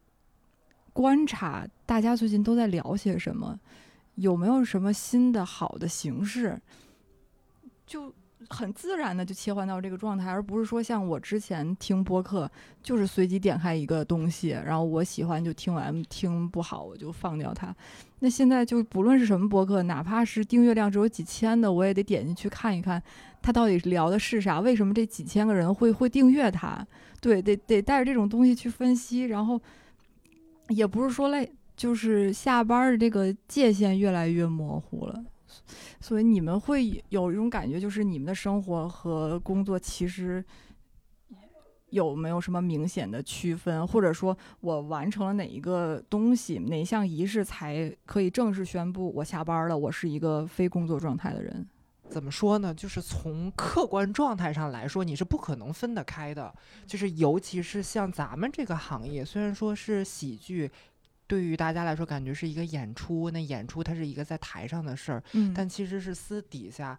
Speaker 1: 观察大家最近都在聊些什么，有没有什么新的好的形式，就很自然的就切换到这个状态，而不是说像我之前听播客，就是随机点开一个东西，然后我喜欢就听完，听不好我就放掉它。那现在就不论是什么播客，哪怕是订阅量只有几千的，我也得点进去看一看，它到底聊的是啥？为什么这几千个人会会订阅它？对，得得带着这种东西去分析，然后也不是说累，就是下班儿的这个界限越来越模糊了。所以你们会有一种感觉，就是你们的生活和工作其实有没有什么明显的区分，或者说我完成了哪一个东西、哪一项仪式才可以正式宣布我下班了，我是一个非工作状态的人？
Speaker 2: 怎么说呢？就是从客观状态上来说，你是不可能分得开的。就是尤其是像咱们这个行业，虽然说是喜剧。对于大家来说，感觉是一个演出，那演出它是一个在台上的事儿，
Speaker 1: 嗯
Speaker 2: 但其实是私底下，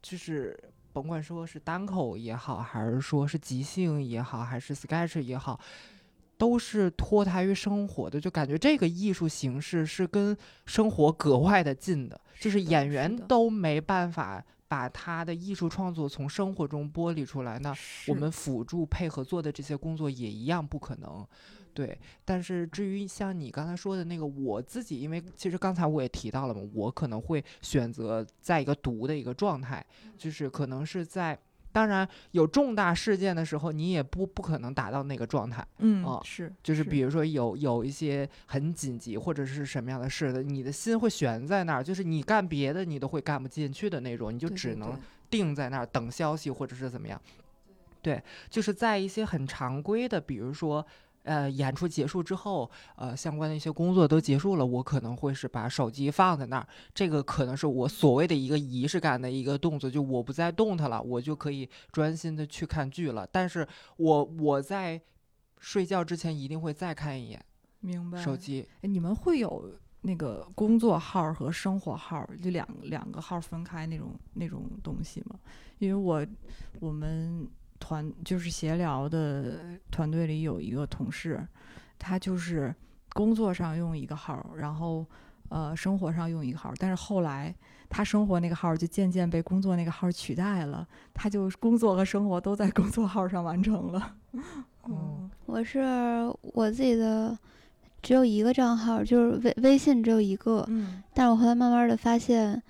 Speaker 2: 就是甭管说是单口也好，还是说是即兴也好，还是 sketch 也好，都是脱胎于生活的，就感觉这个艺术形式是跟生活格外的近的，就是演员
Speaker 1: 是的
Speaker 2: 都没办法把他的艺术创作从生活中剥离出来，那我们辅助配合做的这些工作也一样不可能。对，但是至于像你刚才说的那个，我自己因为其实刚才我也提到了嘛，我可能会选择在一个读的一个状态，就是可能是在，当然有重大事件的时候，你也不不可能达到那个状态，
Speaker 1: 嗯
Speaker 2: 哦
Speaker 1: 是
Speaker 2: 就是比如说有有一些很紧急或者是什么样的事的，你的心会悬在那儿，就是你干别的你都会干不进去的那种，你就
Speaker 1: 对
Speaker 2: 只
Speaker 1: 对
Speaker 2: 能
Speaker 1: 对
Speaker 2: 定在那儿等消息或者是怎么样。对，就是在一些很常规的，比如说。呃，演出结束之后，呃，相关的一些工作都结束了，我可能会是把手机放在那儿，这个可能是我所谓的一个仪式感的一个动作，就我不再动它了，我就可以专心的去看剧了。但是我我在睡觉之前一定会再看一眼
Speaker 1: 明白
Speaker 2: 手机，
Speaker 1: 哎你们会有那个工作号儿和生活号儿，就两两个号儿分开那种那种东西吗？因为我我们团就是闲聊的团队里有一个同事，他就是工作上用一个号儿，然后呃生活上用一个号儿，但是后来他生活那个号儿就渐渐被工作那个号儿取代了，他就工作和生活都在工作号儿上完成了。
Speaker 3: 嗯
Speaker 2: 哦，
Speaker 4: 我是我自己的只有一个账号，就是微微信只有一个，
Speaker 1: 嗯，
Speaker 4: 但是我后来慢慢的发现，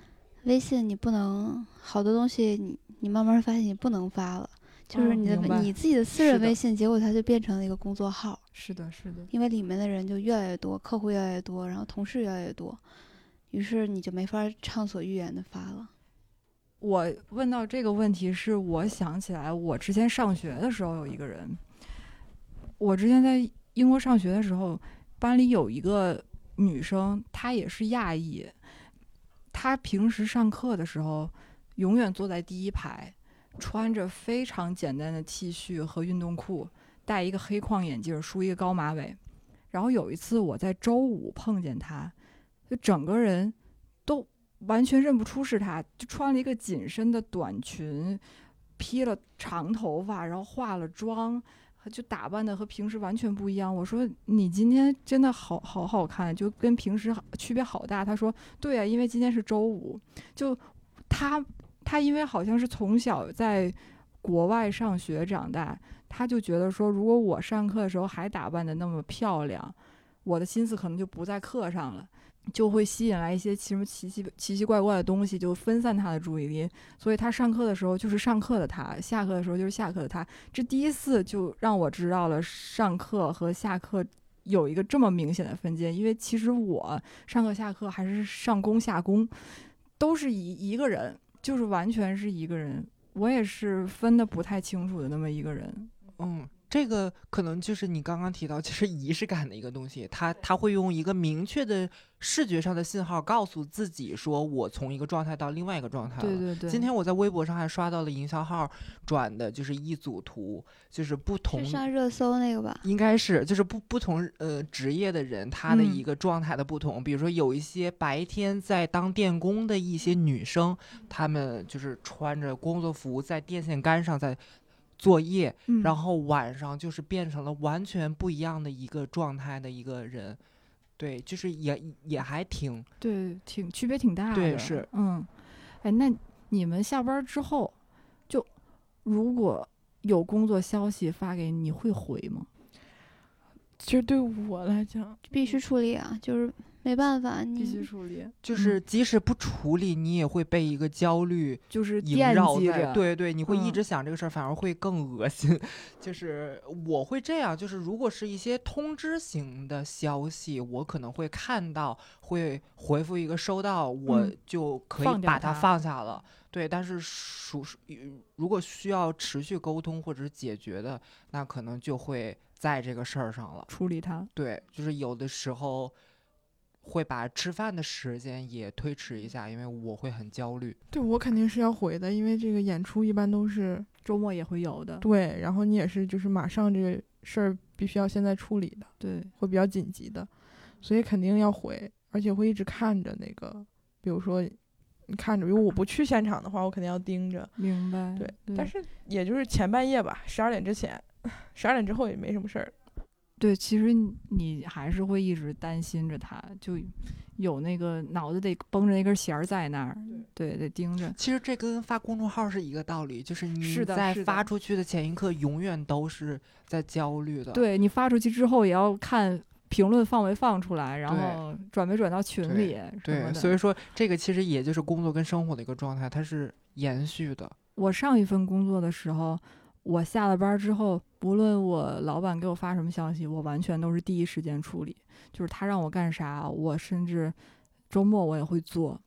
Speaker 4: 微信你不能好多东西你，你慢慢地发现你不能发了，就是
Speaker 1: 嗯
Speaker 4: 你的、
Speaker 1: 明白
Speaker 4: 你自己的私
Speaker 1: 是
Speaker 4: 人
Speaker 1: 的
Speaker 4: 微信，结果它就变成了一个工作号，
Speaker 1: 是的，是的，
Speaker 4: 因为里面的人就越来越多，客户越来越多，然后同事越来越多，于是你就没法畅所欲言的发了。
Speaker 1: 我问到这个问题，是我想起来，我之前上学的时候有一个人，我之前在英国上学的时候，班里有一个女生，她也是亚裔，她平时上课的时候永远坐在第一排，穿着非常简单的 T 恤和运动裤，戴一个黑框眼镜，梳一个高马尾。然后有一次我在周五碰见她，就整个人都完全认不出是她，就穿了一个紧身的短裙，披了长头发，然后化了妆，就打扮的和平时完全不一样。我说你今天真的好好好看，就跟平时好区别好大。她说对啊呀、因为今天是周五。就她她因为好像是从小在国外上学长大，她就觉得说，如果我上课的时候还打扮的那么漂亮，我的心思可能就不在课上了。就会吸引来一些奇什么奇奇奇奇怪怪的东西，就分散他的注意力。所以他上课的时候就是上课的他，下课的时候就是下课的他。这第一次就让我知道了上课和下课有一个这么明显的分界，因为其实我上课下课还是上工下工，都是一一个人，就是完全是一个人。我也是分的不太清楚的那么一个人。
Speaker 2: 嗯，这个可能就是你刚刚提到，就是仪式感的一个东西，它它会用一个明确的视觉上的信号告诉自己，说我从一个状态到另外一个状态了。
Speaker 1: 对对对，
Speaker 2: 啊今天我在微博上还刷到了营销号转的，就是一组图，就是不同
Speaker 4: 是上热搜那个吧？
Speaker 2: 应该是就是不不同呃职业的人，他的
Speaker 1: 嗯
Speaker 2: 一个状态的不同。比如说有一些白天在当电工的一些女生，她们就是穿着工作服在电线杆上在作业，
Speaker 1: 嗯
Speaker 2: 然后晚上就是变成了完全不一样的一个状态的一个人。对，就是也也还挺
Speaker 1: 对，挺区别挺大的。
Speaker 2: 对是，
Speaker 1: 嗯，哎，那你们下班之后，就如果有工作消息发给你，你会回吗？
Speaker 3: 其实对我来讲，
Speaker 4: 必须处理啊，就是没办法，你
Speaker 1: 处理，嗯
Speaker 2: 就是即使不处理，你也会被一个焦虑
Speaker 1: 就是
Speaker 2: 萦
Speaker 1: 惦
Speaker 2: 绕
Speaker 1: 记
Speaker 2: 在，
Speaker 1: 着。，
Speaker 2: 对对，你会一
Speaker 1: 嗯
Speaker 2: 直想这个事儿，反而会更恶心。就是我会这样，就是如果是一些通知型的消息，我可能会看到，会回复一个收到，我
Speaker 1: 嗯
Speaker 2: 就可
Speaker 1: 放
Speaker 2: 以
Speaker 1: 掉
Speaker 2: 把它
Speaker 1: 它
Speaker 2: 放下了。对，但是属嗯如果需要持续沟通或者是解决的，那可能就会在这个事儿上了。
Speaker 1: 处理它。
Speaker 2: 对，就是有的时候会把吃饭的时间也推迟一下，因为我会很焦虑。
Speaker 3: 对我肯定是要回的，因为这个演出一般都是
Speaker 1: 周末也会有的。
Speaker 3: 对，然后你也是就是马上这个事儿必须要现在处理的，
Speaker 1: 对，
Speaker 3: 会比较紧急的，所以肯定要回，而且会一直看着那个，比如说看着，如果我不去现场的话，我肯定要盯着。
Speaker 1: 明白。
Speaker 3: 对，但是也就是前半夜吧，十二点之前，十二点之后也没什么事儿。
Speaker 1: 对，其实你你还是会一直担心着他，就有那个脑子得绷着那根弦儿在那儿，对，得盯着。
Speaker 2: 其实这跟发公众号是一个道理，就是你
Speaker 1: 是的
Speaker 2: 在
Speaker 1: 是的
Speaker 2: 发出去的前一刻，永远都是在焦虑的。
Speaker 1: 对你发出去之后，也要看评论放没放出来，然
Speaker 2: 对
Speaker 1: 后转没转到群里什么
Speaker 2: 对，
Speaker 1: 的。
Speaker 2: 所以说这个其实也就是工作跟生活的一个状态，它是延续的。
Speaker 1: 我上一份工作的时候，我下了班之后，不论我老板给我发什么消息，我完全都是第一时间处理，就是他让我干啥，我甚至周末我也会做。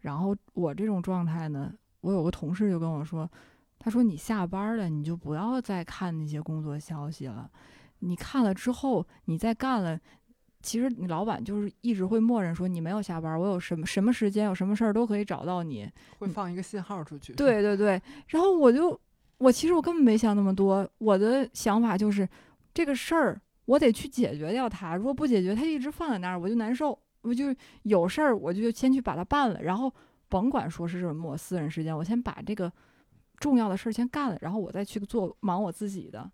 Speaker 1: 然后我这种状态呢，我有个同事就跟我说，他说你下班了，你就不要再看那些工作消息了，你看了之后，你再干了。其实你老板就是一直会默认说你没有下班，我有什么什么时间有什么事儿都可以找到你，
Speaker 2: 会放一个信号出去。
Speaker 1: 对对对，然后我就我其实我根本没想那么多，我的想法就是这个事儿我得去解决掉它，如果不解决，它一直放在那儿，我就难受，我就有事儿我就先去把它办了，然后甭管说是什么我私人时间，我先把这个重要的事儿先干了，然后我再去做忙我自己的。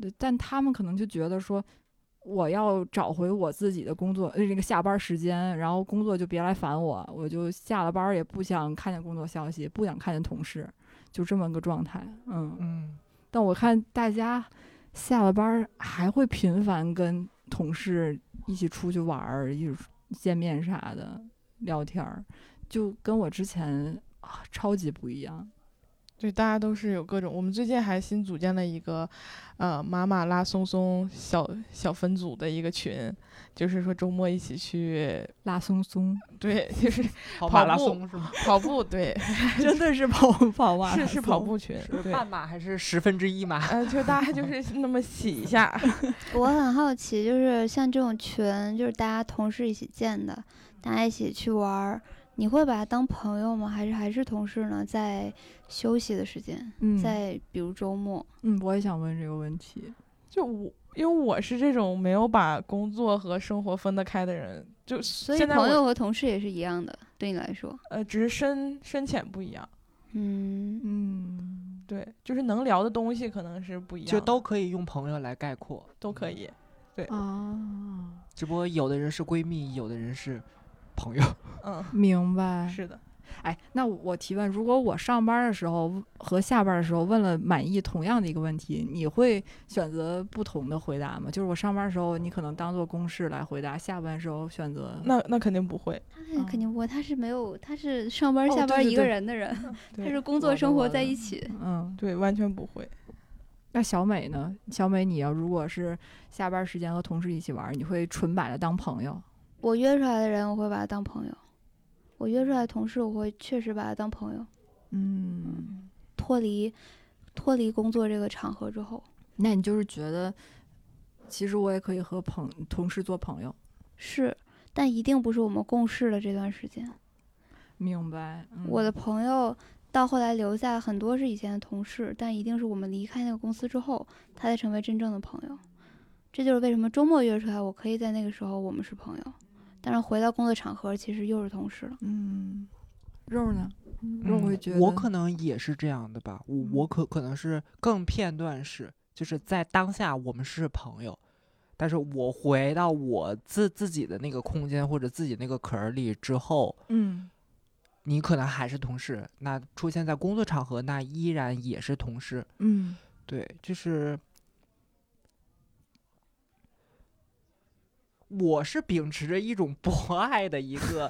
Speaker 1: 对但他们可能就觉得说。我要找回我自己的工作，呃，这个下班时间，然后工作就别来烦我，我就下了班儿也不想看见工作消息，不想看见同事，就这么个状态。嗯，
Speaker 2: 嗯，
Speaker 1: 但我看大家下了班儿还会频繁跟同事一起出去玩儿，一起见面啥的，聊天儿，就跟我之前、啊、超级不一样。
Speaker 3: 对，大家都是有各种。我们最近还新组建了一个，呃，妈妈拉松松小小分组的一个群，就是说周末一起去，
Speaker 1: 拉松 松
Speaker 3: 对，就是
Speaker 2: 跑
Speaker 3: 跑
Speaker 2: 马拉
Speaker 3: 步
Speaker 2: 松是吗？
Speaker 3: 跑步，对，
Speaker 1: 真的是跑跑马拉
Speaker 3: 是是跑
Speaker 1: 松，
Speaker 3: 步群，对，
Speaker 2: 半马还是十分之一 马？
Speaker 3: 呃，就大家 就是那么洗一下，
Speaker 4: 我很好奇，就是像这种群，就是大家同事一起建的，大家一起去玩儿，你会把它当朋友吗？还是还是同事呢？在休息的时间，
Speaker 1: 嗯
Speaker 4: 在比如周末，
Speaker 1: 嗯，我也想问这个问题。
Speaker 3: 就我，因为我是这种没有把工作和生活分得开的人，就
Speaker 4: 所以
Speaker 3: 现在
Speaker 4: 朋
Speaker 3: 我
Speaker 4: 友和同事也是一样的，对你来说，
Speaker 3: 呃，只是深深浅不一样，
Speaker 4: 嗯，
Speaker 1: 嗯，
Speaker 3: 对，就是能聊的东西可能是不一样
Speaker 2: 就
Speaker 3: 的，
Speaker 2: 都可以用朋友来概括，嗯
Speaker 3: 都可以。哦
Speaker 1: 啊，
Speaker 2: 只不过有的人是闺蜜，有的人是朋友。
Speaker 3: 嗯，
Speaker 1: 明白。
Speaker 3: 是的，
Speaker 1: 哎，那我提问，如果我上班的时候和下班的时候问了满意同样的一个问题，你会选择不同的回答吗？就是我上班的时候，你可能当做公式来回答；下班的时候选择
Speaker 3: 那那肯定不会。
Speaker 4: 他那
Speaker 1: 嗯
Speaker 4: 肯定不会，他是没有，他是上班
Speaker 3: 哦
Speaker 4: 下
Speaker 3: 对
Speaker 4: 班
Speaker 3: 对
Speaker 4: 一个
Speaker 3: 对
Speaker 4: 人的 人，
Speaker 3: 对
Speaker 4: 他是工
Speaker 1: 我
Speaker 4: 作
Speaker 1: 的
Speaker 4: 生
Speaker 1: 我
Speaker 4: 活
Speaker 1: 的
Speaker 4: 在一起，
Speaker 1: 嗯。
Speaker 3: 对，完全不会。
Speaker 1: 那小美呢？小美，你要如果是下班时间和同事一起玩，你会纯把他当朋友？
Speaker 4: 我约出来的人，我会把他当朋友；我约出来的同事，我会确实把他当朋友。
Speaker 1: 嗯，
Speaker 4: 脱离脱离工作这个场合之后，
Speaker 1: 那你就是觉得，其实我也可以和朋同事做朋友。
Speaker 4: 是，但一定不是我们共事的这段时间。
Speaker 1: 明白。嗯
Speaker 4: 我的朋友到后来留下很多是以前的同事，但一定是我们离开那个公司之后，他才成为真正的朋友。这就是为什么周末约出来，我可以在那个时候我们是朋友，但是回到工作场合，其实又是同事了。
Speaker 1: 嗯，肉呢？肉会觉得
Speaker 2: 嗯
Speaker 1: 嗯
Speaker 2: 我可能也是这样的吧，我我可可能是更片段式，就是在当下我们是朋友，但是我回到我自自己的那个空间或者自己那个壳儿里之后，
Speaker 1: 嗯
Speaker 2: 你可能还是同事，那出现在工作场合，那依然也是同事。
Speaker 1: 嗯
Speaker 2: 对，就是我是秉持着一种博爱的一 个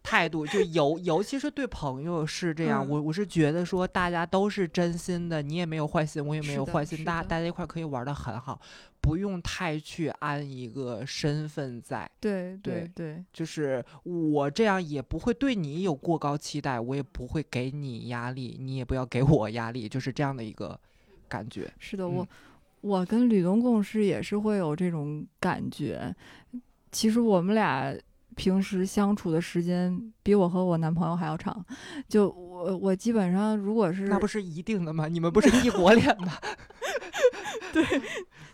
Speaker 2: 态度，就尤尤其是对朋友是这样，
Speaker 1: 嗯
Speaker 2: 我我是觉得说大家都是真心的，你也没有坏心，我也没
Speaker 1: 是
Speaker 2: 有
Speaker 1: 的
Speaker 2: 坏心，
Speaker 1: 是
Speaker 2: 大
Speaker 1: 的
Speaker 2: 大家一块儿可以玩的很好，不用太去安一个身份在。
Speaker 1: 对
Speaker 2: 对
Speaker 1: 对，
Speaker 2: 就是我这样也不会对你有过高期待，我也不会给你压力，你也不要给我压力，就是这样的一个感觉。
Speaker 1: 是的，我我跟吕东共事也是会有这种感觉。其实我们俩平时相处的时间比我和我男朋友还要长，就我我基本上如果是
Speaker 2: 那不是一定的吗？你们不是异国恋 吗？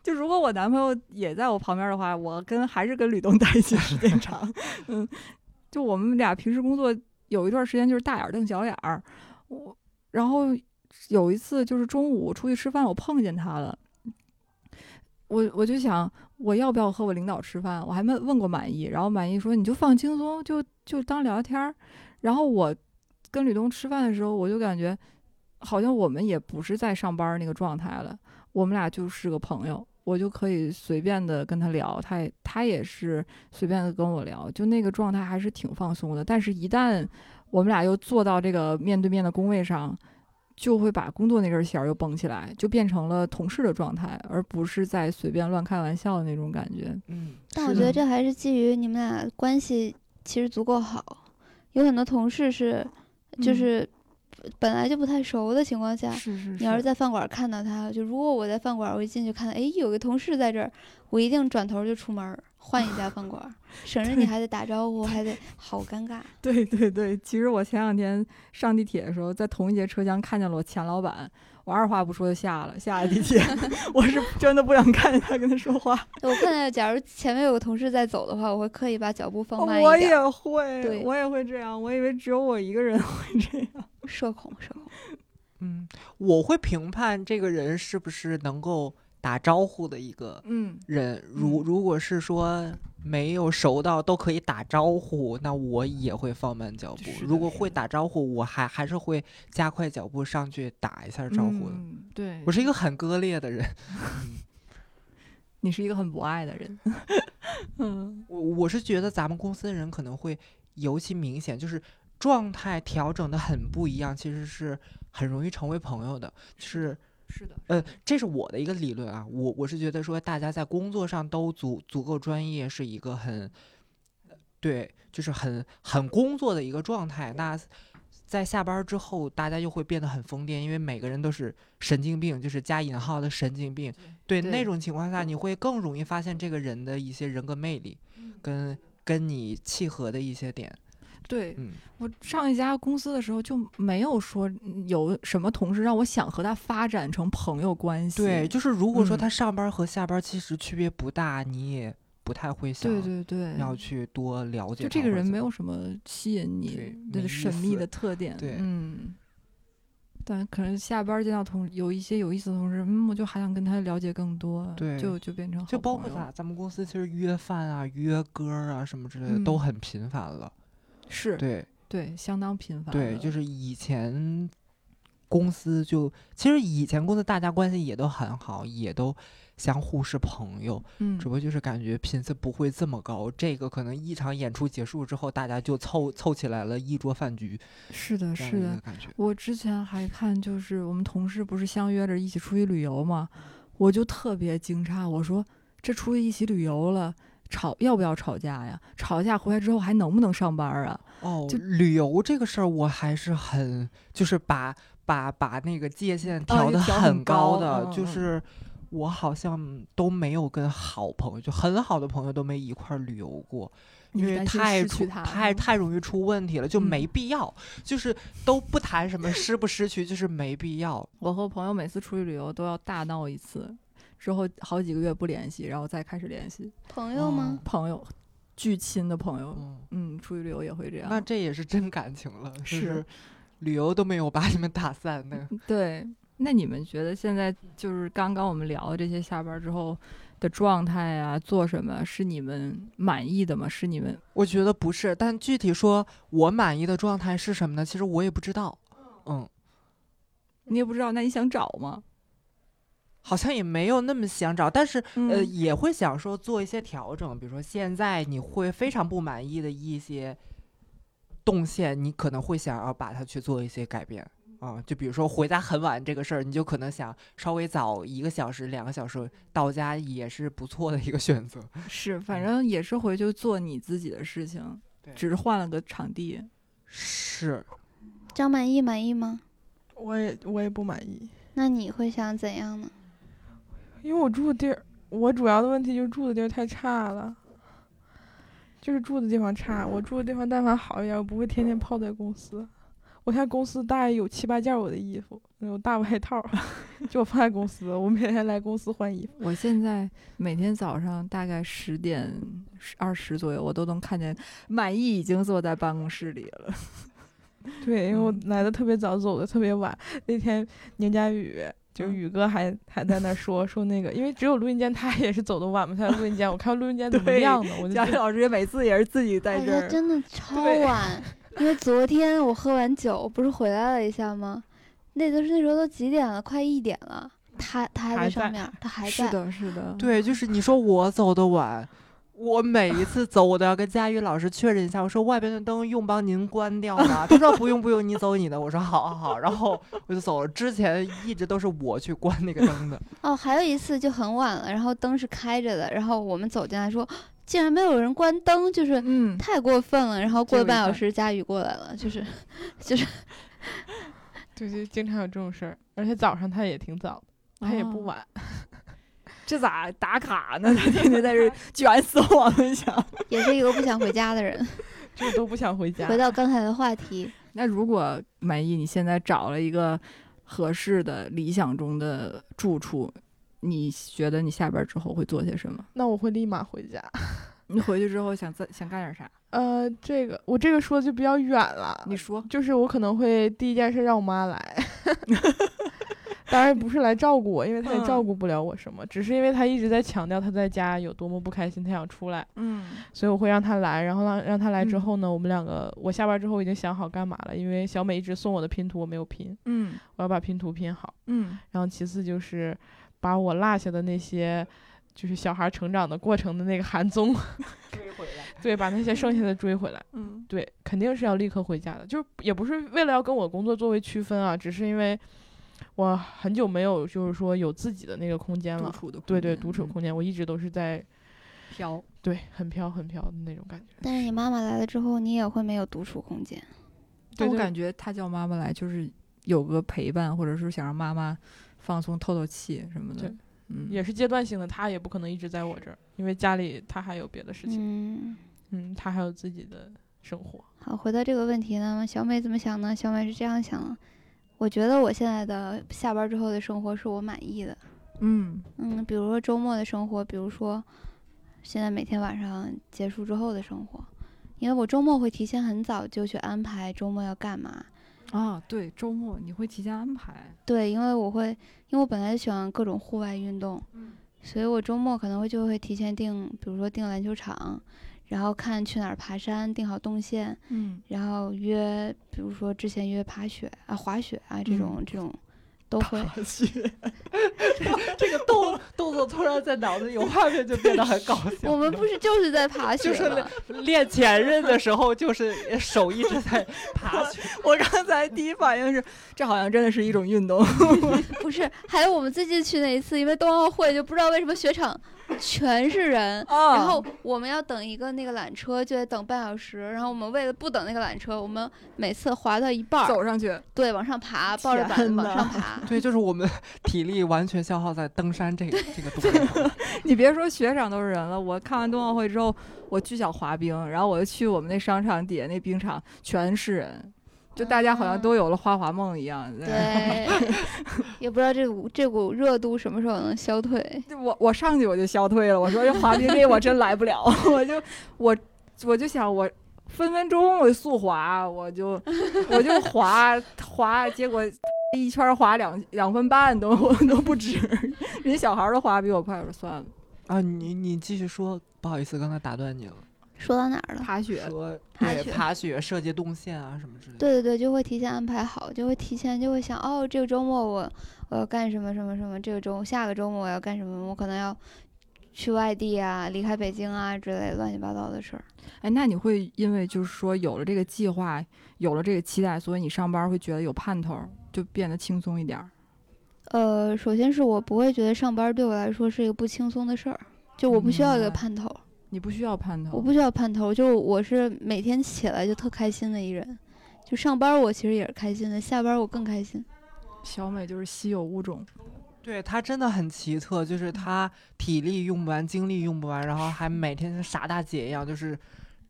Speaker 1: 就如果我男朋友也在我旁边的话， 我跟还是跟吕东在一起时间长。嗯，就我们俩平时工作有一段时间就是大眼瞪小眼儿，我然后有一次就是中午出去吃饭，我碰见他了，我我就想我要不要和我领导吃饭？我还问问过满意，然后满意说你就放轻松，就就当聊聊天儿。然后我跟吕东吃饭的时候，我就感觉好像我们也不是在上班那个状态了，我们俩就是个朋友。我就可以随便的跟他聊，他也他也是随便的跟我聊，就那个状态还是挺放松的。但是，一旦我们俩又坐到这个面对面的工位上，就会把工作那根弦儿又绷起来，就变成了同事的状态，而不是在随便乱开玩笑的那种感觉。
Speaker 2: 嗯，
Speaker 4: 但
Speaker 2: 是
Speaker 4: 我
Speaker 2: 的
Speaker 4: 觉得这还是基于你们俩关系其实足够好，有很多同事是就
Speaker 1: 嗯
Speaker 4: 是本来就不太熟的情况下，
Speaker 1: 是是
Speaker 4: 你要是在饭馆看到他，就如果我在饭馆，我一进去看，哎，有个同事在这儿，我一定转头就出门儿换一家饭 馆儿，省着你还得打招呼，还得好尴尬。
Speaker 1: 对对对，其实我前两天上地铁的时候，在同一节车厢看见了我前老板，我二话不说就下了，下了地 铁，我是真的不想看见他跟他说话。
Speaker 4: 我看到，假如前面有个同事在走的话，我会刻意把脚步放慢
Speaker 1: 我
Speaker 4: 一点儿，
Speaker 1: 也会，
Speaker 4: 对
Speaker 1: 哦我也会这样，我以为只有我一个人 会这样。
Speaker 4: 社恐，社恐。
Speaker 2: 嗯，我会评判这个人是不是能够打招呼的一个
Speaker 1: 嗯，
Speaker 2: 人。如
Speaker 1: 嗯
Speaker 2: 如果是说没有熟到都可以打招呼，那我也会放慢脚步
Speaker 1: 是。的
Speaker 2: 如果
Speaker 1: 是
Speaker 2: 会
Speaker 1: 的
Speaker 2: 打招呼，我还还是会加快脚步上去打一下招呼的。
Speaker 1: 嗯、对，
Speaker 2: 我是一个很割裂的人，
Speaker 1: 你是一个很不爱的人。 嗯
Speaker 2: 我我是觉得咱们公司的人可能会尤其明显，就是状态调整的很不一样，其实是很容易成为朋友的。就是，
Speaker 1: 是的，
Speaker 2: 呃，这是我的一个理论啊，我我是觉得说大家在工作上都足足够专业，是一个很，对，就是很很工作的一个状态。那在下班之后，大家又会变得很疯癫，因为每个人都是神经病，就是加引号的神经病。对
Speaker 1: 对
Speaker 2: 那种情况下，你会更容易发现这个人的一些人格魅力，
Speaker 1: 嗯
Speaker 2: 跟跟你契合的一些点。
Speaker 1: 对
Speaker 2: 嗯，
Speaker 1: 我上一家公司的时候就没有说有什么同事让我想和他发展成朋友关系。
Speaker 2: 对，就是如果说
Speaker 1: 嗯
Speaker 2: 他上班和下班其实区别不大，你也不太会想
Speaker 1: 对对对，
Speaker 2: 要去多了解
Speaker 1: 就
Speaker 2: 他。
Speaker 1: 这个
Speaker 2: 或者
Speaker 1: 人
Speaker 2: 怎
Speaker 1: 没
Speaker 2: 么
Speaker 1: 有什么吸引
Speaker 2: 对
Speaker 1: 你
Speaker 2: 没
Speaker 1: 的
Speaker 2: 意
Speaker 1: 神秘
Speaker 2: 思
Speaker 1: 的特点，
Speaker 2: 对
Speaker 1: 嗯。但可能下班见到同有一些有意思的同事，嗯，我就还想跟他了解更多，
Speaker 2: 对
Speaker 1: 就就变成
Speaker 2: 就
Speaker 1: 好
Speaker 2: 包
Speaker 1: 朋
Speaker 2: 括
Speaker 1: 友
Speaker 2: 咱咱们公司其实约饭啊、约歌啊什么之类的、
Speaker 1: 嗯
Speaker 2: 都很频繁了。
Speaker 1: 是
Speaker 2: 对
Speaker 1: 对相当频繁
Speaker 2: 对，
Speaker 1: 了
Speaker 2: 就是以前公司就其实以前公司大家关系也都很好，也都相互是朋友，
Speaker 1: 嗯
Speaker 2: 只不过就是感觉频次不会这么高。这个可能一场演出结束之后，大家就凑凑起来了一桌饭局，
Speaker 1: 是的
Speaker 2: 这样
Speaker 1: 是
Speaker 2: 一
Speaker 1: 的
Speaker 2: 个，感觉。
Speaker 1: 我之前还看，就是我们同事不是相约着一起出去旅游嘛，我就特别惊诧，我说这出去一起旅游了，吵要不要吵架呀？吵架回来之后还能不能上班啊？
Speaker 2: 哦，
Speaker 1: 就
Speaker 2: 旅游这个事儿，我还是很就是把把把那个界限
Speaker 1: 哦就
Speaker 2: 调得
Speaker 1: 调
Speaker 2: 很
Speaker 1: 很高
Speaker 2: 的，
Speaker 1: 嗯
Speaker 2: 就
Speaker 1: 嗯
Speaker 2: 是我好像都没有跟好朋友，就很好的朋友都没一块儿旅游过，因
Speaker 1: 你
Speaker 2: 为
Speaker 1: 担心
Speaker 2: 太
Speaker 1: 失
Speaker 2: 出
Speaker 1: 去他
Speaker 2: 太太容易出问题了，就
Speaker 1: 嗯
Speaker 2: 没必要，就是都不谈什么失不失去，就是没必要。
Speaker 1: 我和朋友每次出去旅游都要大闹一次，之后好几个月不联系，然后再开始联系
Speaker 4: 朋友吗？
Speaker 1: 朋友，巨亲的朋友。
Speaker 2: 嗯，
Speaker 1: 嗯，出去旅游也会这样。
Speaker 2: 那这也是真感情了，就是是旅游都没有把你们打散那个。
Speaker 1: 对，那你们觉得现在就是刚刚我们聊的这些下班之后的状态啊，做什么是你们满意的吗？是你们
Speaker 2: 我觉得不是，但具体说我满意的状态是什么呢？其实我也不知道，嗯，
Speaker 1: 你也不知道，那你想找吗？
Speaker 2: 好像也没有那么想找，但是、呃，
Speaker 1: 嗯
Speaker 2: 也会想说做一些调整，比如说现在你会非常不满意的一些动线，你可能会想要把它去做一些改变。啊、就比如说回家很晚这个事儿，你就可能想稍微早一个小时、两个小时到家也是不错的一个选择。
Speaker 1: 是，
Speaker 4: 嗯
Speaker 1: 反正也是回去做你自己的事情
Speaker 2: 对，
Speaker 1: 只是换了个场地。
Speaker 2: 是，
Speaker 4: 张满意满意吗？
Speaker 3: 我也我也不满意，
Speaker 4: 那你会想怎样呢？
Speaker 3: 因为我住的地儿，我主要的问题就是住的地儿太差了，就是住的地方差。我住的地方但凡好一点，我不会天天泡在公司。我现在公司大概有七八件我的衣服，有大外套， 就我放在公司，我每天来公司换衣服。
Speaker 1: 我现在每天早上大概十 点二十左右，我都能看见满意已经坐在办公室里了。
Speaker 3: 对，因为我
Speaker 1: 嗯
Speaker 3: 来的特别早，走的特别晚。那天宁佳宇就是
Speaker 1: 嗯
Speaker 3: 宇哥还还在那儿说说那个，因为只有录音间他也是走的晚嘛，他在录音间，我看录音间怎么
Speaker 1: 对
Speaker 3: 样呢，我就
Speaker 1: 佳宇
Speaker 3: 觉得
Speaker 1: 老师也每次也是自己在
Speaker 4: 哎
Speaker 1: 这
Speaker 4: 呀，
Speaker 1: 儿，
Speaker 4: 真的超
Speaker 3: 对
Speaker 4: 晚，因为昨天我喝完酒不是回来了一下吗？那都是那时候都几点了，快一点了，他他还
Speaker 3: 还
Speaker 4: 在上
Speaker 3: 在
Speaker 4: 面，他还
Speaker 1: 是
Speaker 4: 在。
Speaker 1: 的，是的，
Speaker 2: 对，就是你说我走的晚，我每一次走我都要跟佳宇老师确认一下，我说外边的灯用帮您关掉吗？他说不用不用，你走你的。我说好好好，然后我就走了。之前一直都是我去关那个灯 的，
Speaker 4: 哦，还有一次就很晚了，然后灯是开着的，然后我们走进来说，竟然没有人关灯，就是
Speaker 1: 嗯，
Speaker 4: 太过分了。然后过
Speaker 1: 这
Speaker 4: 了
Speaker 1: 个
Speaker 4: 半小
Speaker 1: 也
Speaker 4: 时，佳宇过来了，就是就是
Speaker 3: 对对，经常有这种事儿，而且早上他也挺早的，他也不
Speaker 1: 哦
Speaker 3: 晚。
Speaker 1: 这咋打卡呢？他天天在这 儿卷死我们想。
Speaker 4: 也是一个不想回家的人。
Speaker 3: 就都不想回家
Speaker 4: 回。到刚才的话题，
Speaker 1: 那如果满意，你现在找了一个合适的理想中的住处，你觉得你下班之后会做些什么？
Speaker 3: 那我会立马回家。
Speaker 1: 你回去之后想再想干点啥？
Speaker 3: 呃，这个我这个说的就比较远了，
Speaker 1: 你说，
Speaker 3: 就是我可能会第一件事让我妈来， 当然不是来照顾我，因为她也
Speaker 1: 嗯
Speaker 3: 照顾不了我什么，只是因为她一直在强调她在家有多么不开心，她想出来，
Speaker 1: 嗯
Speaker 3: 所以我会让她来，然后让让她来之
Speaker 1: 嗯
Speaker 3: 后呢，我们两个我下班之后已经想好干嘛了，因为小美一直送我的拼图我没有拼，
Speaker 1: 嗯
Speaker 3: 我要把拼图拼好，
Speaker 1: 嗯
Speaker 3: 然后其次就是把我落下的那些。就是小孩成长的过程的那个 寒冬，对，把那些剩下的追回来。
Speaker 1: 嗯
Speaker 3: 对，肯定是要立刻回家的，就是也不是为了要跟我工作作为区分啊，只是因为我很久没有就是说有自己的那个空间
Speaker 1: 嗯独
Speaker 3: 了。
Speaker 1: 处的空
Speaker 3: 对对，
Speaker 1: 间
Speaker 3: 独处
Speaker 1: 嗯
Speaker 3: 空间，我一直都是在
Speaker 1: 飘。
Speaker 3: 对很飘很飘的那种感觉。
Speaker 4: 但是你妈妈来了之后，你也会没有独处空间。
Speaker 1: 但
Speaker 3: 对
Speaker 1: 我
Speaker 3: 对
Speaker 1: 感觉他叫妈妈来，就是有个陪伴，或者是想让妈妈放松、透透气什么的
Speaker 3: 对。
Speaker 1: 嗯，
Speaker 3: 也是阶段性的，他也不可能一直在我这儿，因为家里他还有别的事情，
Speaker 4: 嗯，
Speaker 3: 嗯，他还有自己的生活。
Speaker 4: 好，回到这个问题呢，小美怎么想呢？小美是这样想的，我觉得我现在的下班之后的生活是我满意的。
Speaker 1: 嗯
Speaker 4: 嗯，比如说周末的生活，比如说现在每天晚上结束之后的生活，因为我周末会提前很早就去安排周末要干嘛。
Speaker 1: 啊，对，周末你会提前安排。
Speaker 4: 对，因为我会，因为我本来就喜欢各种户外运动，所以我周末可能会就会提前定，比如说定篮球场，然后看去哪儿爬山，定好动线，
Speaker 1: 嗯，
Speaker 4: 然后约，比如说之前约爬雪啊、滑雪啊这
Speaker 1: 嗯
Speaker 4: 种、这种都会。
Speaker 2: 这个动动作突然在脑子里有画面就变得很搞笑。
Speaker 4: 我们不是就 是在爬雪
Speaker 2: 就是
Speaker 4: 吗？
Speaker 2: 练前任的时候，就是手一直在爬 去。。
Speaker 1: 我刚才第一反应是，这好像真的是一种运动。
Speaker 4: 不是，还有我们最近去那一次，因为冬奥会就不知道为什么雪场全是人。
Speaker 1: 啊
Speaker 4: 然 后我们要等一个那个缆车，就得等半小时。然后我们为了不等那个缆车，我们每次滑到一半儿，
Speaker 1: 走上去，
Speaker 4: 对，往上爬，抱着板
Speaker 1: 天
Speaker 4: 子往
Speaker 1: 呐
Speaker 4: 上爬
Speaker 2: 对，就是我们体力完全消耗在登山这个这个东西上。
Speaker 1: 你别说雪场都是人了，我看完冬奥会之后，我巨想滑冰，然后我就去我们那商场底下那冰场，全是人，就大家好像都有了花滑梦一样。在那儿
Speaker 4: 对， 也不知道这股这股热度什么时候能消退。
Speaker 1: 就我我上去我就消退了，我说这哎滑冰这我真来不了， 我就我我就想我分分钟我就速滑，我就我就滑滑，结果一圈滑两两分半都都不止，人小孩儿都滑比我快，我说算了，
Speaker 2: 啊，你你继续说，不好意思，刚才打断你了。
Speaker 4: 说到哪儿了？
Speaker 1: 爬雪
Speaker 2: 说
Speaker 4: 爬
Speaker 2: 对
Speaker 4: 雪
Speaker 2: 爬雪、设计动线啊什么之类的。
Speaker 4: 对对对，就会提前安排好，就会提前就会想，哦，这个周末我我要干什么什么什么，这个周下个周末我要干什么，我可能要去外地啊，离开北京啊之类乱七八糟的事儿。
Speaker 1: 哎，那你会因为就是说有了这个计划，有了这个期待，所以你上班会觉得有盼头，就变得轻松一点儿。
Speaker 4: 呃，首先是我不会觉得上班对我来说是一个不轻松的事儿，就我不需要一
Speaker 1: 明
Speaker 4: 个
Speaker 1: 白
Speaker 4: 盼头，
Speaker 1: 你不需要盼头，
Speaker 4: 我不需要盼头，就我是每天起来就特开心的一人。就上班我其实也是开心的，下班我更开心。
Speaker 1: 小美就是稀有物种，
Speaker 2: 对他真的很奇特，
Speaker 1: 嗯
Speaker 2: 就是他体力用不完，精力用不完，然后还每天像傻大姐一样，就是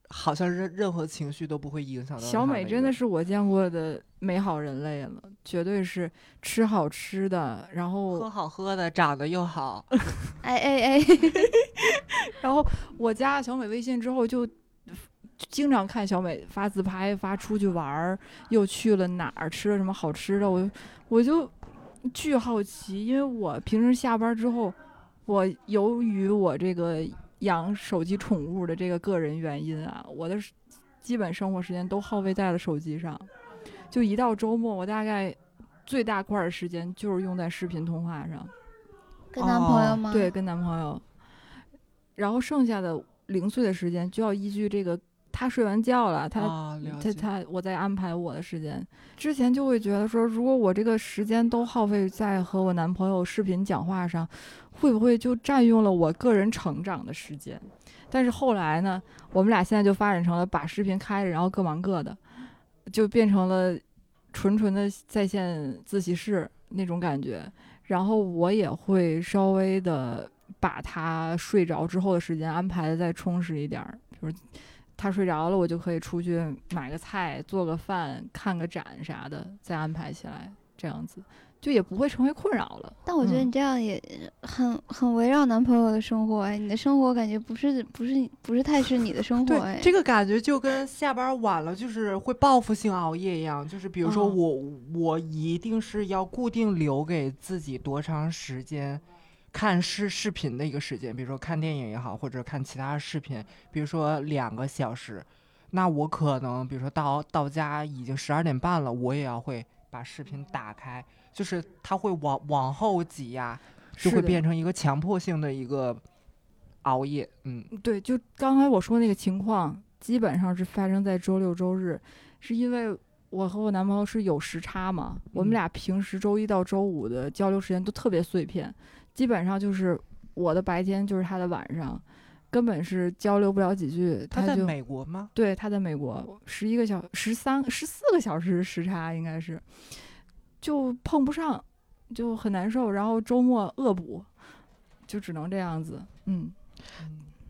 Speaker 2: 好像任任何情绪都不会影响到她。
Speaker 1: 小美真的
Speaker 2: 是，
Speaker 1: 是我见过的美好人类了，绝对是吃好吃的，然
Speaker 2: 喝
Speaker 1: 后
Speaker 2: 好喝的，长得又好，
Speaker 4: 哎哎哎，
Speaker 1: 然后我加了小美微信之后就。经常看小美发自拍，发出去玩儿，又去了哪儿，吃了什么好吃的，我我就巨好奇，因为我平时下班之后，我由于我这个养手机宠物的这个个人原因啊，我的基本生活时间都耗费在了手机上，就一到周末，我大概最大块儿的时间就是用在视频通话上，
Speaker 4: 跟男朋
Speaker 2: 哦
Speaker 4: 友吗？
Speaker 1: 对，，跟男朋友，然后剩下的零碎的时间就要依据这个他睡完觉了，他
Speaker 2: 啊，了
Speaker 1: 嗯他
Speaker 2: 解。
Speaker 1: 他，我在安排我的时间。之前就会觉得说，如果我这个时间都耗费在和我男朋友视频讲话上，会不会就占用了我个人成长的时间？但是后来呢，我们俩现在就发展成了把视频开着，然后各忙各的，就变成了纯纯的在线自习室那种感觉。然后我也会稍微的把他睡着之后的时间安排的再充实一点儿，就是他睡着了，我就可以出去买个菜、做个饭、看个展啥的，再安排起来，这样子就也不会成为困扰了。
Speaker 4: 但我觉得
Speaker 1: 嗯
Speaker 4: 你这样也很很围绕男朋友的生活，哎，你的生活感觉不是不是你不是太是你的生活，哎
Speaker 2: 对，，这个感觉就跟下班晚了就是会报复性熬夜一样，就是比如说
Speaker 1: 嗯
Speaker 2: 我、我一定是要固定留给自己多长时间看视视频的一个时间，比如说看电影也好，或者看其他视频，比如说两个小时，那我可能比如说到到家已经十二点半了，我也要会把视频打开，就是它会往往后挤压，就是会
Speaker 1: 的
Speaker 2: 变成一个强迫性的一个熬夜，嗯。
Speaker 1: 对，就刚才我说那个情况，基本上是发生在周六周日，是因为我和我男朋友是有时差嘛，我们
Speaker 2: 嗯
Speaker 1: 俩平时周一到周五的交流时间都特别碎片，基本上就是我的白天就是他的晚上，根本是交流不了几句，
Speaker 2: 他在
Speaker 1: 就
Speaker 2: 美国吗？
Speaker 1: 对，他在美
Speaker 3: 哦
Speaker 1: 国十一个小十三十四个小时时差应该是，就碰不上，就很难受。然后周末恶补，就只能这样子。嗯，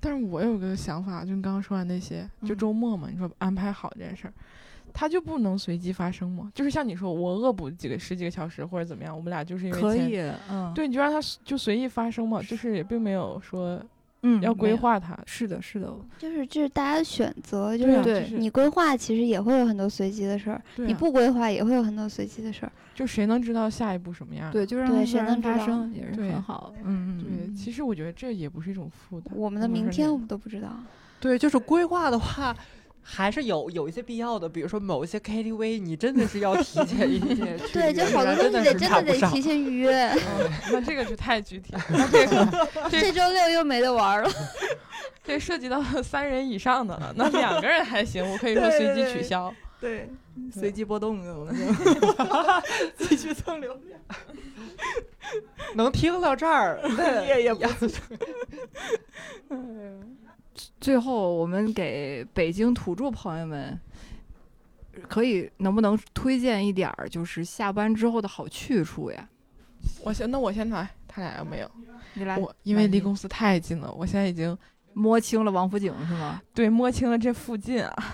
Speaker 3: 但是我有个想法，就你刚刚说完那些，就
Speaker 1: 嗯
Speaker 3: 周末嘛，你说安排好这件事儿，它就不能随机发生嘛？就是像你说，我恶补几个十几个小时或者怎么样，我们俩就是因为
Speaker 1: 可
Speaker 3: 前，
Speaker 1: 以，嗯，，
Speaker 3: 对，你就让它就随意发生嘛，就是也并没有说
Speaker 1: 嗯，
Speaker 3: 要规
Speaker 1: 没有。
Speaker 3: 划嗯它。
Speaker 1: 是的，是的，
Speaker 4: 就是这是大家的选择，就
Speaker 3: 对啊，
Speaker 4: 是
Speaker 1: 对
Speaker 3: 就是
Speaker 4: 你规划其实也会有很多随机的事儿，
Speaker 3: 对啊
Speaker 4: 你不规划也会有很多随机的事儿。
Speaker 3: 就谁能知道下一步什么样？
Speaker 1: 对，就让
Speaker 4: 对
Speaker 1: 它自
Speaker 4: 谁
Speaker 1: 然
Speaker 4: 能知
Speaker 1: 发
Speaker 4: 道
Speaker 1: 生也是
Speaker 3: 对
Speaker 1: 很好。嗯，嗯
Speaker 3: 对，其实我觉得这也不是一种负担。
Speaker 4: 我们的
Speaker 3: 如果
Speaker 4: 明
Speaker 3: 是
Speaker 4: 天
Speaker 3: 那
Speaker 4: 我们都不知道，
Speaker 2: 对，就是规划的话，还是有有一些必要的。比如说某一些 KTV，你真的是要提前一 天去
Speaker 4: 对，
Speaker 2: 约，
Speaker 4: 就
Speaker 2: 不
Speaker 4: 好多
Speaker 2: 然
Speaker 4: 东
Speaker 2: 真的
Speaker 4: 西得
Speaker 2: 是
Speaker 4: 真
Speaker 2: 赶不
Speaker 4: 的得
Speaker 2: 上
Speaker 4: 提前 预约，
Speaker 3: 嗯那这个就太具体了，那这个
Speaker 4: 这周六又没得玩了。
Speaker 3: 这涉及到 三人以上的了，那两个人还行，我可以说
Speaker 1: 对
Speaker 3: 随机
Speaker 1: 对
Speaker 3: 取消。
Speaker 1: 对，
Speaker 3: 随
Speaker 1: 机 波动的，我们
Speaker 2: 继续蹭流量。能听到这儿，也也不
Speaker 1: 最后，我们给北京土著朋友们，可以能不能推荐一点儿，就是下班之后的好去处呀？
Speaker 3: 我先，那我先来，他俩有没有？
Speaker 1: 你来
Speaker 3: 我因为
Speaker 1: 满
Speaker 3: 离
Speaker 1: 意
Speaker 3: 公司太近了，我现在已经
Speaker 1: 摸清了王府井是吗？
Speaker 3: 对摸清了这附近啊。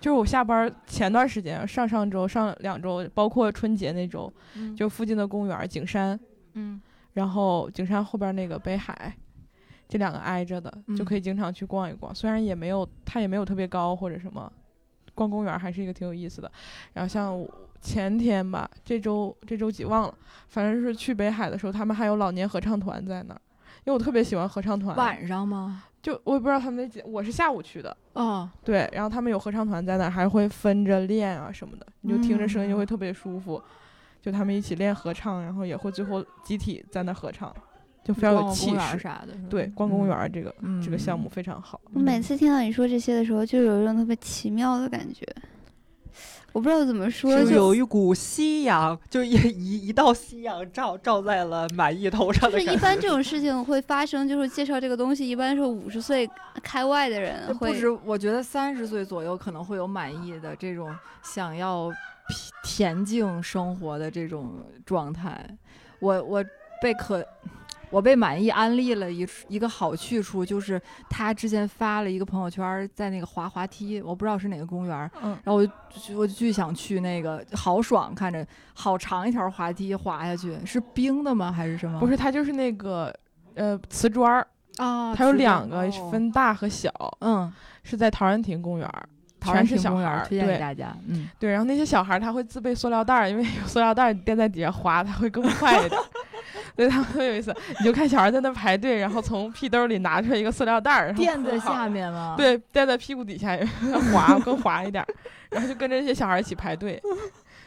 Speaker 3: 就是我下班前段时间，上上周、上两周，包括春节那周，
Speaker 1: 嗯
Speaker 3: 就附近的公园景山，
Speaker 1: 嗯
Speaker 3: 然后景山后边那个北海，这两个挨着的，就
Speaker 1: 嗯
Speaker 3: 可以经常去逛一逛。虽然也没有它也没有特别高或者什么，逛公园还是一个挺有意思的。然后像我前天吧，这周这周几忘了，反正是去北海的时候，他们还有老年合唱团在那儿，因为我特别喜欢合唱团。
Speaker 1: 晚上吗？
Speaker 3: 就我也不知道他们那几，我是下午去的，
Speaker 1: 哦，
Speaker 3: 对，然后他们有合唱团在那儿，还会分着练啊什么的，你就听着声音就会
Speaker 1: 嗯
Speaker 3: 特别舒服。就他们一起练合唱，然后也会最后集体在那儿合唱，就非常
Speaker 1: 逛
Speaker 3: 有
Speaker 1: 逛
Speaker 3: 气
Speaker 1: 公园
Speaker 3: 势。
Speaker 1: 啥的，是吧
Speaker 3: 对，逛公园，儿这个、
Speaker 1: 嗯
Speaker 3: 这个项目，非常好。
Speaker 4: 我每次听到你说这些的时候，就有一种特别奇妙的感觉，我不知道怎么说，
Speaker 2: 就
Speaker 4: 就
Speaker 2: 有一股夕阳，就一一一道夕阳照照在了满意头上
Speaker 4: 就
Speaker 2: 的
Speaker 4: 是
Speaker 2: 感觉。
Speaker 4: 一般这种事情会发生，就是介绍这个东西，一般是五十岁开外的人
Speaker 1: 呃不
Speaker 4: 会。
Speaker 1: 止，我觉得三十岁左右可能会有满意的这种想要平恬静生活的这种状态。我我被可。我被满意安利了一一个好去处，就是他之前发了一个朋友圈儿，在那个滑滑梯，我不知道是哪个公园儿，
Speaker 3: 嗯，
Speaker 1: 然后我就我就巨想去那个，好爽，看着好长一条滑梯滑下去，是冰的吗？还是什么？
Speaker 3: 嗯不是，它就是那个呃瓷砖儿，
Speaker 1: 啊，
Speaker 3: 它有
Speaker 1: 知道
Speaker 3: 两个是，
Speaker 1: 哦
Speaker 3: 分大和小，
Speaker 1: 嗯
Speaker 3: 是在陶然亭公园儿。
Speaker 1: 陶然
Speaker 3: 全是
Speaker 1: 亭
Speaker 3: 小
Speaker 1: 公
Speaker 3: 孩
Speaker 1: 园
Speaker 3: 儿，
Speaker 1: 推荐给
Speaker 3: 对
Speaker 1: 大家。嗯，
Speaker 3: 对，然后那些小孩儿他会自备塑料袋儿，因为有塑料袋儿你垫在底下滑，他会更快一点。 对，他们特别有意思。你就看小孩儿在那排队，然后从屁兜里拿出来一个塑料袋儿，然后
Speaker 1: 垫在
Speaker 3: 捆好
Speaker 1: 下面吗？，
Speaker 3: 对，垫在屁股底下 滑更滑一点儿，然后就跟着这些小孩儿一起排队，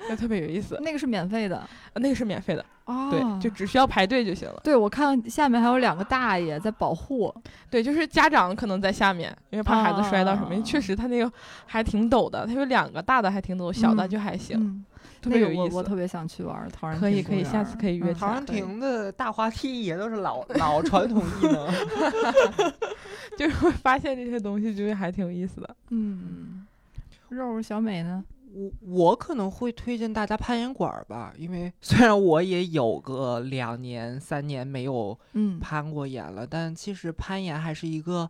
Speaker 3: 就特别有意思。
Speaker 1: 那个是免费的。
Speaker 3: 呃那个是免费的，
Speaker 1: 哦
Speaker 3: 对，就只需要排队就行了。
Speaker 1: 对，我看下面还有两个大爷在保护，
Speaker 3: 对，就是家长可能在下面，因为怕孩子摔到什么，
Speaker 1: 哦
Speaker 3: 确实他那个还挺陡的，他有两个大的还挺陡，小的
Speaker 1: 嗯
Speaker 3: 就还行，
Speaker 1: 嗯，
Speaker 3: 特
Speaker 1: 那
Speaker 3: 别
Speaker 1: 个
Speaker 3: 有
Speaker 1: 我
Speaker 3: 意
Speaker 1: 我
Speaker 3: 思。
Speaker 1: 特别想去玩儿陶然
Speaker 3: 可以
Speaker 1: 亭
Speaker 3: 可以，
Speaker 1: 公
Speaker 3: 下
Speaker 1: 园
Speaker 3: 次
Speaker 1: 儿
Speaker 3: 可以约
Speaker 1: 嗯
Speaker 3: 起
Speaker 2: 陶
Speaker 3: 来
Speaker 2: 然。亭的大滑梯也都是老老传统技 能。
Speaker 3: 就是会发现这些东西，就是还挺有意思的。
Speaker 1: 嗯，肉肉小美呢？
Speaker 2: 我我可能会推荐大家攀岩馆儿吧，因为虽然我也有个两年三年没有
Speaker 1: 嗯
Speaker 2: 攀过岩了，但其实攀岩还是一个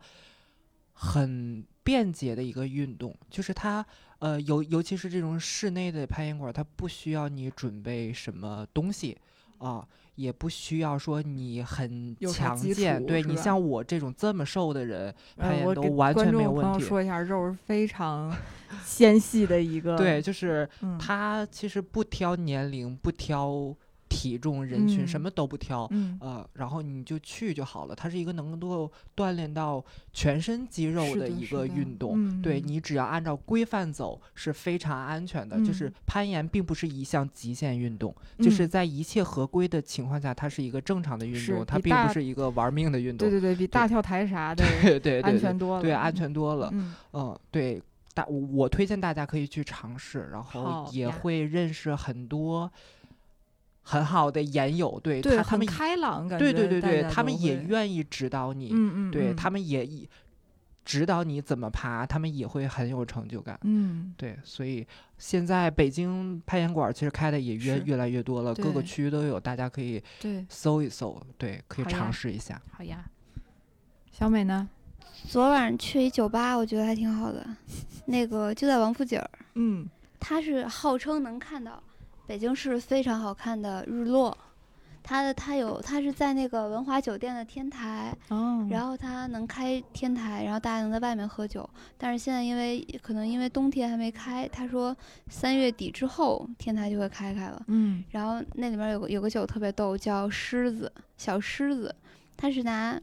Speaker 2: 很便捷的一个运动，就是它呃尤尤其是这种室内的攀岩馆儿，它不需要你准备什么东西啊。也不需要说你很
Speaker 1: 有啥
Speaker 2: 强
Speaker 1: 基
Speaker 2: 健，
Speaker 1: 础
Speaker 2: 对
Speaker 1: 是
Speaker 2: 你
Speaker 1: 吧
Speaker 2: 像我这种这么瘦的人，
Speaker 1: 呃
Speaker 2: 攀岩
Speaker 1: 我
Speaker 2: 都
Speaker 1: 给
Speaker 2: 完
Speaker 1: 观
Speaker 2: 全
Speaker 1: 众
Speaker 2: 没有
Speaker 1: 朋
Speaker 2: 问
Speaker 1: 友
Speaker 2: 题。
Speaker 1: 说一下，肉是非常纤细的一个，
Speaker 2: 对，，就是
Speaker 1: 嗯，
Speaker 2: 他其实不挑年龄，不挑体重人群，什
Speaker 1: 嗯
Speaker 2: 么都不挑。
Speaker 1: 嗯，
Speaker 2: 呃，然后你就去就好了。它是一个能够锻炼到全身肌肉
Speaker 1: 是的
Speaker 2: 一
Speaker 1: 是
Speaker 2: 个
Speaker 1: 的
Speaker 2: 运动，对
Speaker 1: 嗯
Speaker 2: 你只要按照规范走是非常安全的。就是
Speaker 1: 嗯
Speaker 2: 攀岩并不是一项极限运动，就是
Speaker 1: 嗯
Speaker 2: 在一切合规的情况下，它是一个正常的运
Speaker 1: 是
Speaker 2: 动，它
Speaker 1: 比
Speaker 2: 并
Speaker 1: 大
Speaker 2: 不是一个玩命的运
Speaker 1: 对
Speaker 2: 动。
Speaker 1: 对对，比大跳台啥的
Speaker 2: 对对
Speaker 1: 安
Speaker 2: 对
Speaker 1: 全多了，
Speaker 2: 对，安
Speaker 1: 嗯
Speaker 2: 全多了。
Speaker 1: 嗯，
Speaker 2: 嗯，对，大我我推荐大家可以去尝试，然后
Speaker 1: 好
Speaker 2: 也
Speaker 1: 呀
Speaker 2: 会认识很多很好的研友，对
Speaker 1: 对，
Speaker 2: 他他
Speaker 1: 很
Speaker 2: 们也
Speaker 1: 开朗，感
Speaker 2: 对
Speaker 1: 觉
Speaker 2: 对对
Speaker 1: 大
Speaker 2: 对，
Speaker 1: 家
Speaker 2: 他
Speaker 1: 都
Speaker 2: 们也
Speaker 1: 会
Speaker 2: 愿意指导你，
Speaker 1: 嗯嗯，
Speaker 2: 对
Speaker 1: 嗯
Speaker 2: 他，们也以指导你怎么爬，他们也会很有成就感。
Speaker 1: 嗯，
Speaker 2: 对，所以现在北京攀岩馆儿其实开的也越
Speaker 1: 是
Speaker 2: 越来越多了，各
Speaker 1: 对
Speaker 2: 个区都有，大家可以
Speaker 1: 对，
Speaker 2: 搜一搜，对，可以
Speaker 1: 好呀
Speaker 2: 尝试一下。
Speaker 1: 好呀。小美呢？
Speaker 4: 昨晚去一酒吧，我觉得还挺好的，那个就在王府井儿，
Speaker 1: 嗯，
Speaker 4: 它是号称能看到北京市非常好看的日落。它的它有，它是在那个文华酒店的天台，
Speaker 1: 哦，
Speaker 4: 然后它能开天台，然后大家能在外面喝酒。但是现在因为可能因为冬天还没开，他说三月底之后天台就会开开了。
Speaker 1: 嗯，
Speaker 4: 然后那里面有个有个酒特别逗，叫狮子小狮子，它是拿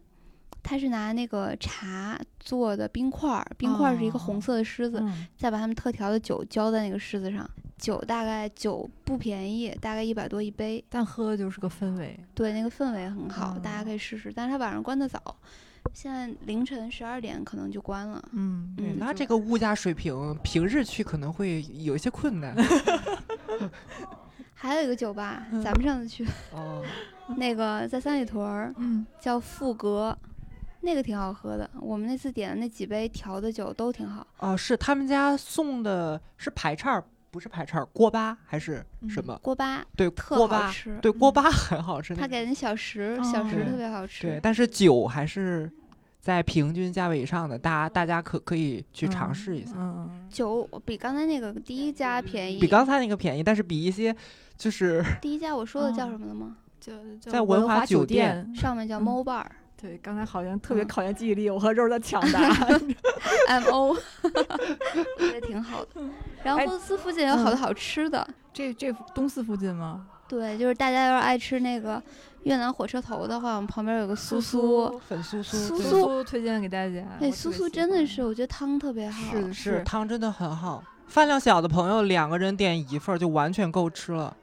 Speaker 4: 它是拿那个茶做的冰块儿，冰块儿是一个红
Speaker 1: 哦
Speaker 4: 色的狮子，
Speaker 1: 嗯
Speaker 4: 再把他们特调的酒浇在那个狮子上，酒大概酒不便宜，大概一百多一杯，
Speaker 1: 但喝就是个氛围，
Speaker 4: 对，那个氛围很好，大家
Speaker 1: 哦
Speaker 4: 可以试试。但是它晚上关的早，现在凌晨十二点可能就关了。
Speaker 1: 嗯
Speaker 2: 对，
Speaker 4: 嗯
Speaker 2: 那
Speaker 4: 就
Speaker 2: 这个物价水平，平日去可能会有一些困 难。
Speaker 4: 还有一个酒吧，
Speaker 2: 嗯
Speaker 4: 咱们上次去
Speaker 2: 哦，
Speaker 4: 那个在三里屯儿
Speaker 1: 嗯，
Speaker 4: 叫富格，那个挺好喝的。我们那次点的那几杯调的酒都挺好，
Speaker 2: 哦，是他们家送的是排叉儿，不是排叉儿，锅巴还是什
Speaker 1: 嗯
Speaker 2: 么？
Speaker 4: 锅巴
Speaker 2: 对，
Speaker 4: 特
Speaker 2: 锅
Speaker 4: 好
Speaker 2: 巴，
Speaker 4: 吃。
Speaker 2: 对，锅巴很好吃。那
Speaker 4: 他
Speaker 2: 个
Speaker 4: 给人小食，小食
Speaker 2: 哦
Speaker 4: 特别好吃。
Speaker 2: 对，但是酒还是在平均价位以上的，大家大家可可以去尝试一下，
Speaker 1: 嗯，
Speaker 4: 酒比刚才那个第一家便宜。
Speaker 2: 比刚才那个便宜，但是比一些就是
Speaker 4: 第一家我说的叫
Speaker 1: 嗯
Speaker 4: 什么了吗？
Speaker 1: 就
Speaker 2: 在文华酒店，
Speaker 4: 上面叫
Speaker 1: 嗯
Speaker 4: Mo Bar
Speaker 1: 对，刚才好像特别
Speaker 4: 嗯
Speaker 1: 考验记忆力，我和肉儿在抢答。
Speaker 4: M O，我觉得挺好的。然后
Speaker 1: 哎
Speaker 4: 公司附近有好多
Speaker 1: 嗯
Speaker 4: 好吃的，
Speaker 1: 这这东四附近吗？
Speaker 4: 对，就是大家要是爱吃那个越南火车头的话，我们旁边有个苏苏，
Speaker 2: 粉酥酥，
Speaker 4: 苏
Speaker 2: 对
Speaker 4: 苏
Speaker 1: 苏哎推荐给大家。
Speaker 4: 那
Speaker 1: 哦我
Speaker 4: 苏
Speaker 1: 特别
Speaker 4: 苏
Speaker 1: 喜
Speaker 4: 真的
Speaker 1: 欢
Speaker 4: 是，我觉得汤特别好。
Speaker 1: 是的
Speaker 2: 是
Speaker 1: 是，
Speaker 2: 汤真的很好，饭量小的朋友两个人点一份儿就完全够吃了。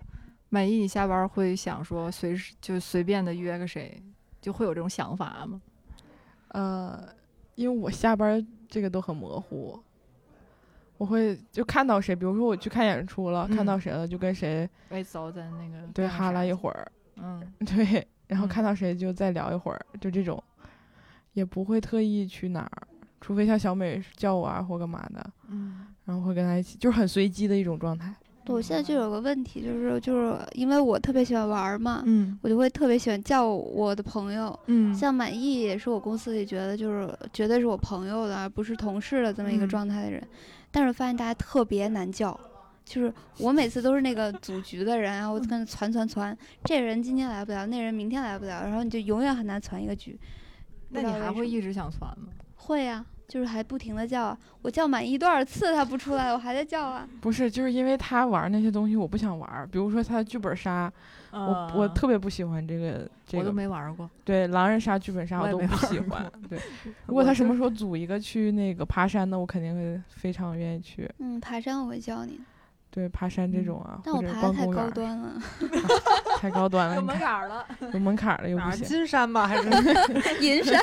Speaker 1: 满意你下班儿会想说随时就随便的约个谁，就会有这种想法吗？
Speaker 3: 呃，因为我下班儿这个都很模糊，我会就看到谁，比如说我去看演出了，看
Speaker 1: 嗯
Speaker 3: 到谁了就跟谁
Speaker 1: 哎，走在那个
Speaker 3: 对
Speaker 1: 干个
Speaker 3: 哈
Speaker 1: 啥
Speaker 3: 拉一
Speaker 1: 去
Speaker 3: 会儿，
Speaker 1: 嗯
Speaker 3: 对，然后
Speaker 1: 嗯
Speaker 3: 看到谁就再聊一会儿，就这种，也不会特意去哪儿，除非像小美叫我啊或干嘛的，
Speaker 1: 嗯，
Speaker 3: 然后会跟她一起，就是很随机的一种状态。
Speaker 4: 我现在
Speaker 1: 嗯
Speaker 4: 就有个问题，就是就是因为我特别喜欢玩儿嘛，
Speaker 1: 嗯
Speaker 4: 我就会特别喜欢叫我的朋友，
Speaker 1: 嗯
Speaker 4: 像满意也是我公司里觉得就是绝对是我朋友的，而不是同事的这么一个
Speaker 1: 嗯
Speaker 4: 状态的人。但是我发现大家特别难叫，就是我每次都是那个组局的人，然后
Speaker 1: 嗯
Speaker 4: 跟着传传传，这人今天来不了，那人明天来不了，然后你就永远很难传一个局。
Speaker 1: 那
Speaker 4: 不
Speaker 1: 你
Speaker 4: 知道
Speaker 1: 还会
Speaker 4: 为什么
Speaker 1: 一直想传吗？
Speaker 4: 会呀、就是还不停的叫啊，我叫满意多少次他不出来，我还在叫啊。
Speaker 3: 不是，就是因为他玩那些东西我不想玩儿，比如说他的剧本杀，我我特别不喜欢这个
Speaker 1: 啊嗯
Speaker 3: 这
Speaker 1: 我都
Speaker 3: 个，
Speaker 1: 没玩过，
Speaker 3: 对狼人杀、剧本杀
Speaker 1: 我
Speaker 3: 我
Speaker 1: 也
Speaker 3: 都
Speaker 1: 没
Speaker 3: 不
Speaker 1: 玩
Speaker 3: 喜
Speaker 1: 儿
Speaker 3: 欢。对，如
Speaker 1: 我
Speaker 3: 果他什
Speaker 1: 就
Speaker 3: 么时候组一个去那个爬山的，我肯定会非常愿意去。
Speaker 4: 嗯，爬山我会叫你，
Speaker 3: 对，爬山这
Speaker 1: 嗯
Speaker 3: 种啊，
Speaker 4: 但
Speaker 3: 或
Speaker 4: 我
Speaker 3: 者
Speaker 4: 爬的
Speaker 3: 逛
Speaker 4: 太
Speaker 3: 公园
Speaker 4: 高
Speaker 3: 儿，
Speaker 4: 端 了，
Speaker 3: 太高端了，你看
Speaker 1: 槛了，
Speaker 3: 有门槛儿了又
Speaker 2: 哪
Speaker 3: 不
Speaker 2: 儿
Speaker 3: 行。
Speaker 2: 金山吧，还是
Speaker 4: 银山。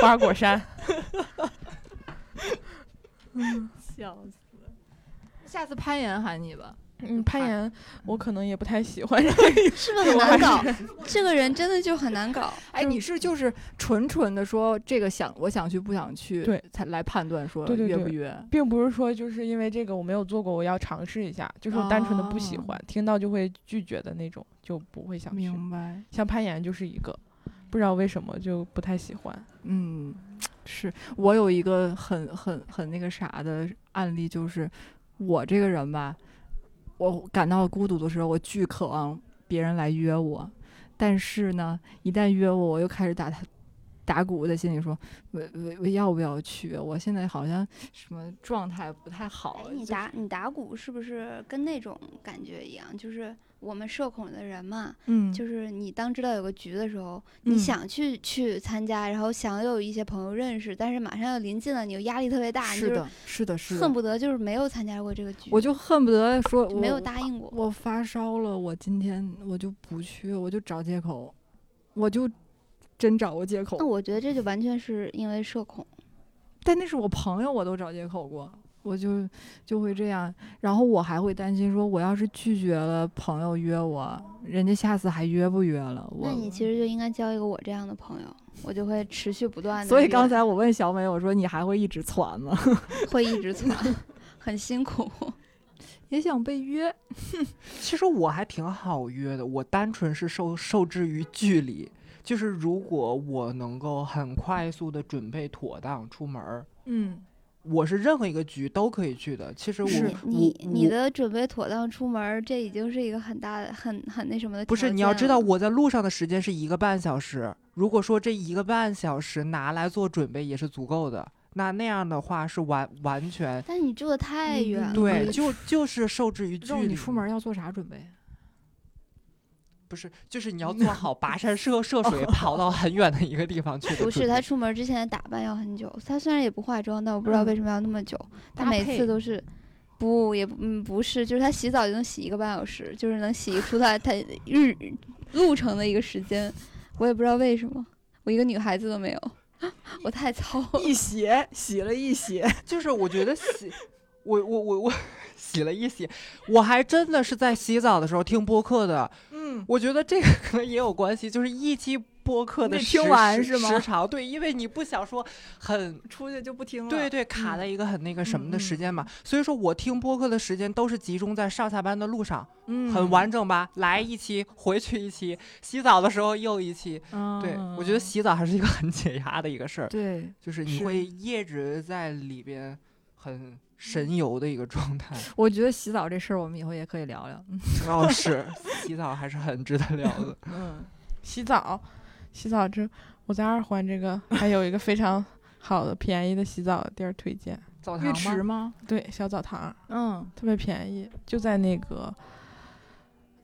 Speaker 3: 花果山，
Speaker 1: 笑死。下次攀岩喊你吧，
Speaker 3: 嗯，攀岩我可能也不太喜欢。
Speaker 4: 是不是很
Speaker 3: 我还
Speaker 4: 难搞？这个人真的就很难搞。
Speaker 1: 哎，你是就是纯纯的说这个想我想去不想去，
Speaker 3: 对，
Speaker 1: 才来判断说
Speaker 3: 对对
Speaker 1: 约不
Speaker 3: 对
Speaker 1: 约。
Speaker 3: 并不是说就是因为这个我没有做过，我要尝试一下，就是我单纯的不喜欢，听到就会拒绝的那种，就不会想去。
Speaker 1: 明白，
Speaker 3: 像攀岩就是一个，不知道为什么就不太喜欢。
Speaker 1: 嗯，是我有一个很很很那个啥的案例，就是我这个人吧，我感到孤独的时候，我巨渴望别人来约我，但是呢，一旦约我，我又开始打他。打鼓在心里说，我我我要不要去？我现在好像什么状态不太好
Speaker 4: 哎。你
Speaker 1: 就是
Speaker 4: 打你打鼓是不是跟那种感觉一样？就是我们社恐的人嘛，
Speaker 1: 嗯，
Speaker 4: 就是你当知道有个局的时候，你
Speaker 1: 嗯
Speaker 4: 想去去参加，然后想有一些朋友认识，但是马上要临近了，你又压力特别大，你
Speaker 1: 是
Speaker 4: 就是
Speaker 1: 的，是的，是的，
Speaker 4: 恨不得就是没有参加过这个局，
Speaker 1: 我就恨不得说
Speaker 4: 就没有
Speaker 1: 我
Speaker 4: 答应过。
Speaker 1: 我发烧了，我今天我就不去，我就找借口，我就真找个借口
Speaker 4: 那。我觉得这就完全是因为社恐，
Speaker 1: 但那是我朋友，我都找借口过，我就就会这样。然后我还会担心说，我要是拒绝了朋友约我，人家下次还约不约了我？
Speaker 4: 那你其实就应该交一个我这样的朋友，我就会持续不断的。
Speaker 1: 所以刚才我问小美，我说你还会一直攒吗？
Speaker 4: 会一直攒， 很辛苦。
Speaker 1: 也想被约，
Speaker 2: 其实我还挺好约的，我单纯是受受制于距离。就是如果我能够很快速的准备妥当出门儿，
Speaker 1: 嗯，
Speaker 2: 我是任何一个局都可以去的。其实我
Speaker 1: 是
Speaker 2: 我
Speaker 4: 你你
Speaker 2: 我
Speaker 4: 的准备妥当出门儿，这已经是一个很大的、很很那什么的。
Speaker 2: 不是，你要知道，，我在路上的时间是一个半小时。如果说这一个半小时拿来做准备也是足够的，那那样的话是完完全
Speaker 4: 但是你住的太
Speaker 1: 你
Speaker 4: 远
Speaker 1: 你
Speaker 4: 了。
Speaker 2: 对，就就是受制于距
Speaker 1: 肉
Speaker 2: 离。
Speaker 1: 你出门要做啥准备？啊
Speaker 2: 不是，就是你要做好跋山涉涉 水，
Speaker 1: 哦
Speaker 2: 跑到很远的一个地方去的
Speaker 4: 不是
Speaker 2: 准
Speaker 4: 他
Speaker 2: 备
Speaker 4: 出门之前的打扮要很久，他虽然也不化妆，但我不知道
Speaker 2: 嗯
Speaker 4: 为什么要那么久。他
Speaker 1: 搭
Speaker 4: 每
Speaker 1: 配
Speaker 4: 次都是，不也不嗯不是，就是他洗澡就能洗一个半小时，就是能洗出他他日路程的一个时间。我也不知道为什么，我一个女孩子都没有， 我太糙了。
Speaker 1: 一鞋洗了一鞋，
Speaker 2: 就是我觉得洗，我我我我洗了一洗，我还真的是在洗澡的时候听播客的。
Speaker 1: 嗯，
Speaker 2: 我觉得这个可能也有关系，就是一期播客的
Speaker 1: 你听
Speaker 2: 时
Speaker 1: 完
Speaker 2: 时
Speaker 1: 是吗
Speaker 2: 时长对，因为你不想说很。
Speaker 1: 出去就不听了。
Speaker 2: 对对，卡
Speaker 1: 嗯
Speaker 2: 在一个很那个什么的
Speaker 1: 嗯
Speaker 2: 时间嘛，所以说我听播客的时间都是集中在上下班的路上，
Speaker 1: 嗯，
Speaker 2: 很完整吧？来一期，回去一期，洗澡的时候又一期。
Speaker 1: 嗯。
Speaker 2: 对，我觉得洗澡还是一个很解压的一个事儿。
Speaker 1: 对，
Speaker 2: 就是你
Speaker 1: 是
Speaker 2: 会一直在里边很
Speaker 1: 嗯
Speaker 2: 神游的一个 状态。
Speaker 1: 我觉得洗澡这事儿我们以后也可以聊聊。嗯
Speaker 2: 哦，是 洗澡还是很值得聊 的。
Speaker 1: 嗯，
Speaker 3: 洗澡，洗澡这我在二环这 个还有一个非常好的便宜的洗澡地儿推荐，
Speaker 2: 澡
Speaker 1: 浴
Speaker 2: 堂
Speaker 1: 池
Speaker 2: 吗？
Speaker 1: 吗？
Speaker 3: 对，小澡堂
Speaker 1: 嗯，
Speaker 3: 特别便宜，就在那个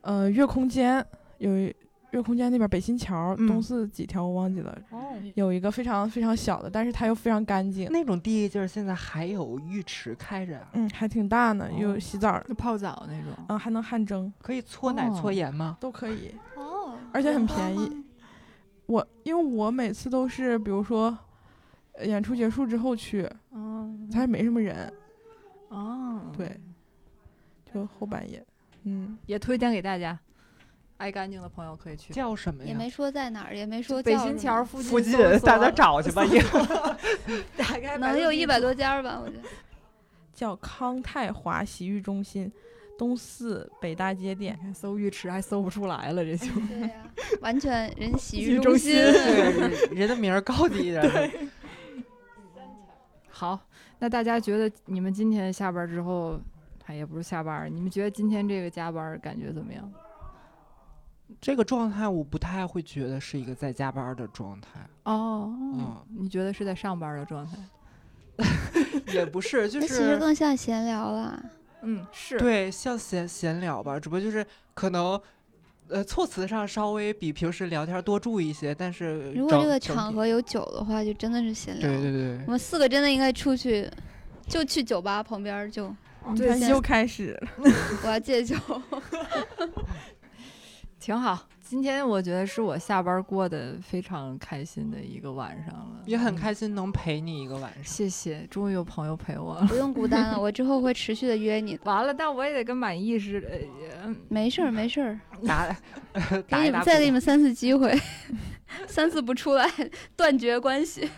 Speaker 3: 呃月空间有一月空间那边北新桥、
Speaker 1: 嗯
Speaker 3: 东四几条我忘记了，
Speaker 1: 哦，
Speaker 3: 有一个非常非常小的，但是它又非常干净，
Speaker 2: 那种地界儿现在还有浴池开着啊，
Speaker 3: 嗯，还挺大呢，有
Speaker 2: 哦
Speaker 3: 洗澡，
Speaker 1: 那泡澡那种。
Speaker 3: 嗯，还能汗蒸，
Speaker 2: 可以搓奶搓
Speaker 1: 哦
Speaker 2: 盐吗？
Speaker 3: 都可以。
Speaker 4: 哦，
Speaker 3: 而且很便宜。我因为我每次都是，比如说呃演出结束之后去，
Speaker 1: 嗯
Speaker 3: 它也没什么人，
Speaker 1: 哦，
Speaker 3: 对，就后半夜。嗯，
Speaker 1: 也推荐给大家，爱干净的朋友可以去。
Speaker 2: 叫什么
Speaker 4: 也
Speaker 2: 呀？
Speaker 4: 没说在哪儿，也没说
Speaker 1: 北
Speaker 4: 叫
Speaker 1: 新
Speaker 4: 什么
Speaker 1: 桥附
Speaker 2: 附近
Speaker 1: 搜索
Speaker 2: 大家找去吧，也
Speaker 1: 打开百
Speaker 4: 能
Speaker 1: 度
Speaker 4: 有
Speaker 1: 地
Speaker 4: 一百多家儿 吧，我觉得。
Speaker 3: 叫康泰华洗浴中心，东四北大街店
Speaker 1: 你。看搜浴池还搜不出来了，这就
Speaker 4: 对呀、完全 人洗
Speaker 1: 洗浴
Speaker 4: 浴
Speaker 1: 中
Speaker 4: 心
Speaker 1: 心。
Speaker 2: 对人人的名儿高级一点儿。
Speaker 1: 好。那大家觉得你们今天下班之后，哎，也不是下班儿，你们觉得今天这个加班儿感觉怎么样？
Speaker 2: 这个状态我不太会觉得是一个在加班的状态，
Speaker 1: 哦
Speaker 2: 嗯，
Speaker 1: 你觉得是在上班的状态？
Speaker 2: 也不是，就
Speaker 4: 那其实
Speaker 2: 是
Speaker 4: 更像闲聊啦。
Speaker 1: 嗯，是，
Speaker 2: 对像闲闲聊吧，只不过就是可能。呃，措辞上稍微比平时聊天多注意一些，但是
Speaker 4: 如果
Speaker 2: 整
Speaker 4: 这个
Speaker 2: 整
Speaker 4: 场
Speaker 2: 体
Speaker 4: 合有酒的话，就真的是闲聊。
Speaker 2: 对对对，
Speaker 4: 我们四个真的应该出去，就去酒吧旁边儿就
Speaker 2: 嗯
Speaker 3: 你
Speaker 1: 对
Speaker 3: 看
Speaker 1: 现
Speaker 3: 又开 始了，
Speaker 4: 我 要戒酒。
Speaker 1: 挺好。今天我觉得是我下班过得非常开心的一个晚上了，
Speaker 2: 也很
Speaker 1: 嗯。
Speaker 2: 开心能陪你一个晚上。
Speaker 1: 谢谢，终于有朋友陪我了。
Speaker 4: 不用孤单了，我之后会持续的约你的。
Speaker 1: 完了，但我也得跟满意似的，呃嗯
Speaker 4: 没事儿，没事儿，
Speaker 2: 打
Speaker 4: 给
Speaker 2: 打一
Speaker 4: 你
Speaker 2: 打
Speaker 4: 们
Speaker 2: 鼓
Speaker 4: 再给你们三次 机会，三次不出来，断绝关系。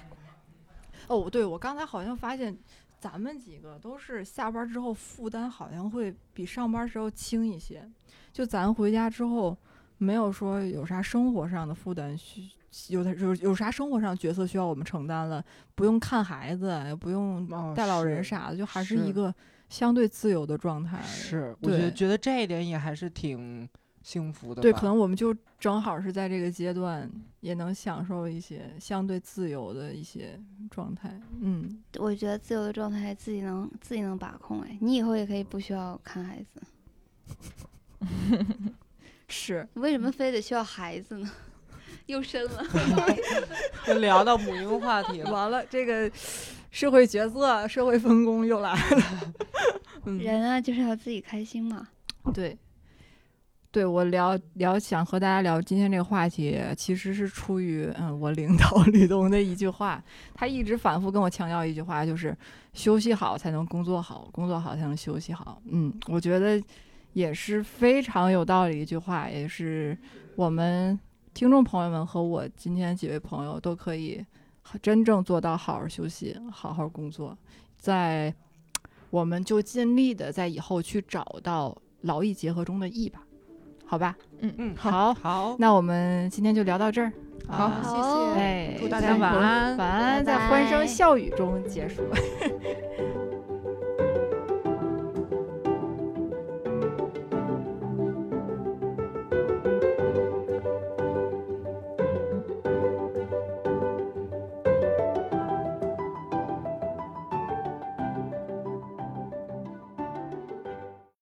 Speaker 1: 哦，对，我刚才好像发现，咱们几个都是下班之后负担好像会比上班时候轻一些。就咱回家之后，没有说有啥生活上的负担需，有的有有啥生活上角色需要我们承担了，不用看孩子，也不用
Speaker 2: 哦
Speaker 1: 带老人
Speaker 2: 是
Speaker 1: 啥的，就还是一
Speaker 2: 是
Speaker 1: 个相对自由的状态。
Speaker 2: 是，我觉
Speaker 1: 对
Speaker 2: 得觉得这一点也还是挺幸福的吧。
Speaker 1: 对，可能我们就正好是在这个阶段，也能享受一些相对自由的一些状态。嗯，
Speaker 4: 我觉得自由的状态自己能自己能把控，哎，你以后也可以不需要看孩子，
Speaker 1: 是。
Speaker 4: 为什么非得需要孩子呢？ 又深了，
Speaker 2: 就 聊到母婴话题 了。
Speaker 1: 完了，这个社会角色、社会分工又来了。嗯，
Speaker 4: 人啊就是要自己开心嘛。
Speaker 1: 对，对我聊聊想和大家聊今天这个话题，其实是出于嗯我领导 吕东的一句话，他一直反复跟我强调一句话，就是休息好才能工作好，工作好才能休息好。嗯，我觉得也是非常有道理的一句话，也是我们听众朋友们和我今天几位朋友都可以真正做到好好休息，好好工作，在我们就尽力的在以后去找到劳逸结合中的逸吧，好吧？
Speaker 3: 嗯
Speaker 2: 嗯
Speaker 1: 好，
Speaker 2: 好，
Speaker 1: 那我们今天就聊到这儿。啊
Speaker 4: 好
Speaker 2: 谢谢，
Speaker 1: 哎，
Speaker 2: 祝大
Speaker 1: 大
Speaker 2: 家
Speaker 1: 家晚
Speaker 2: 晚安
Speaker 1: 晚安，在欢声笑语中结束。
Speaker 4: 拜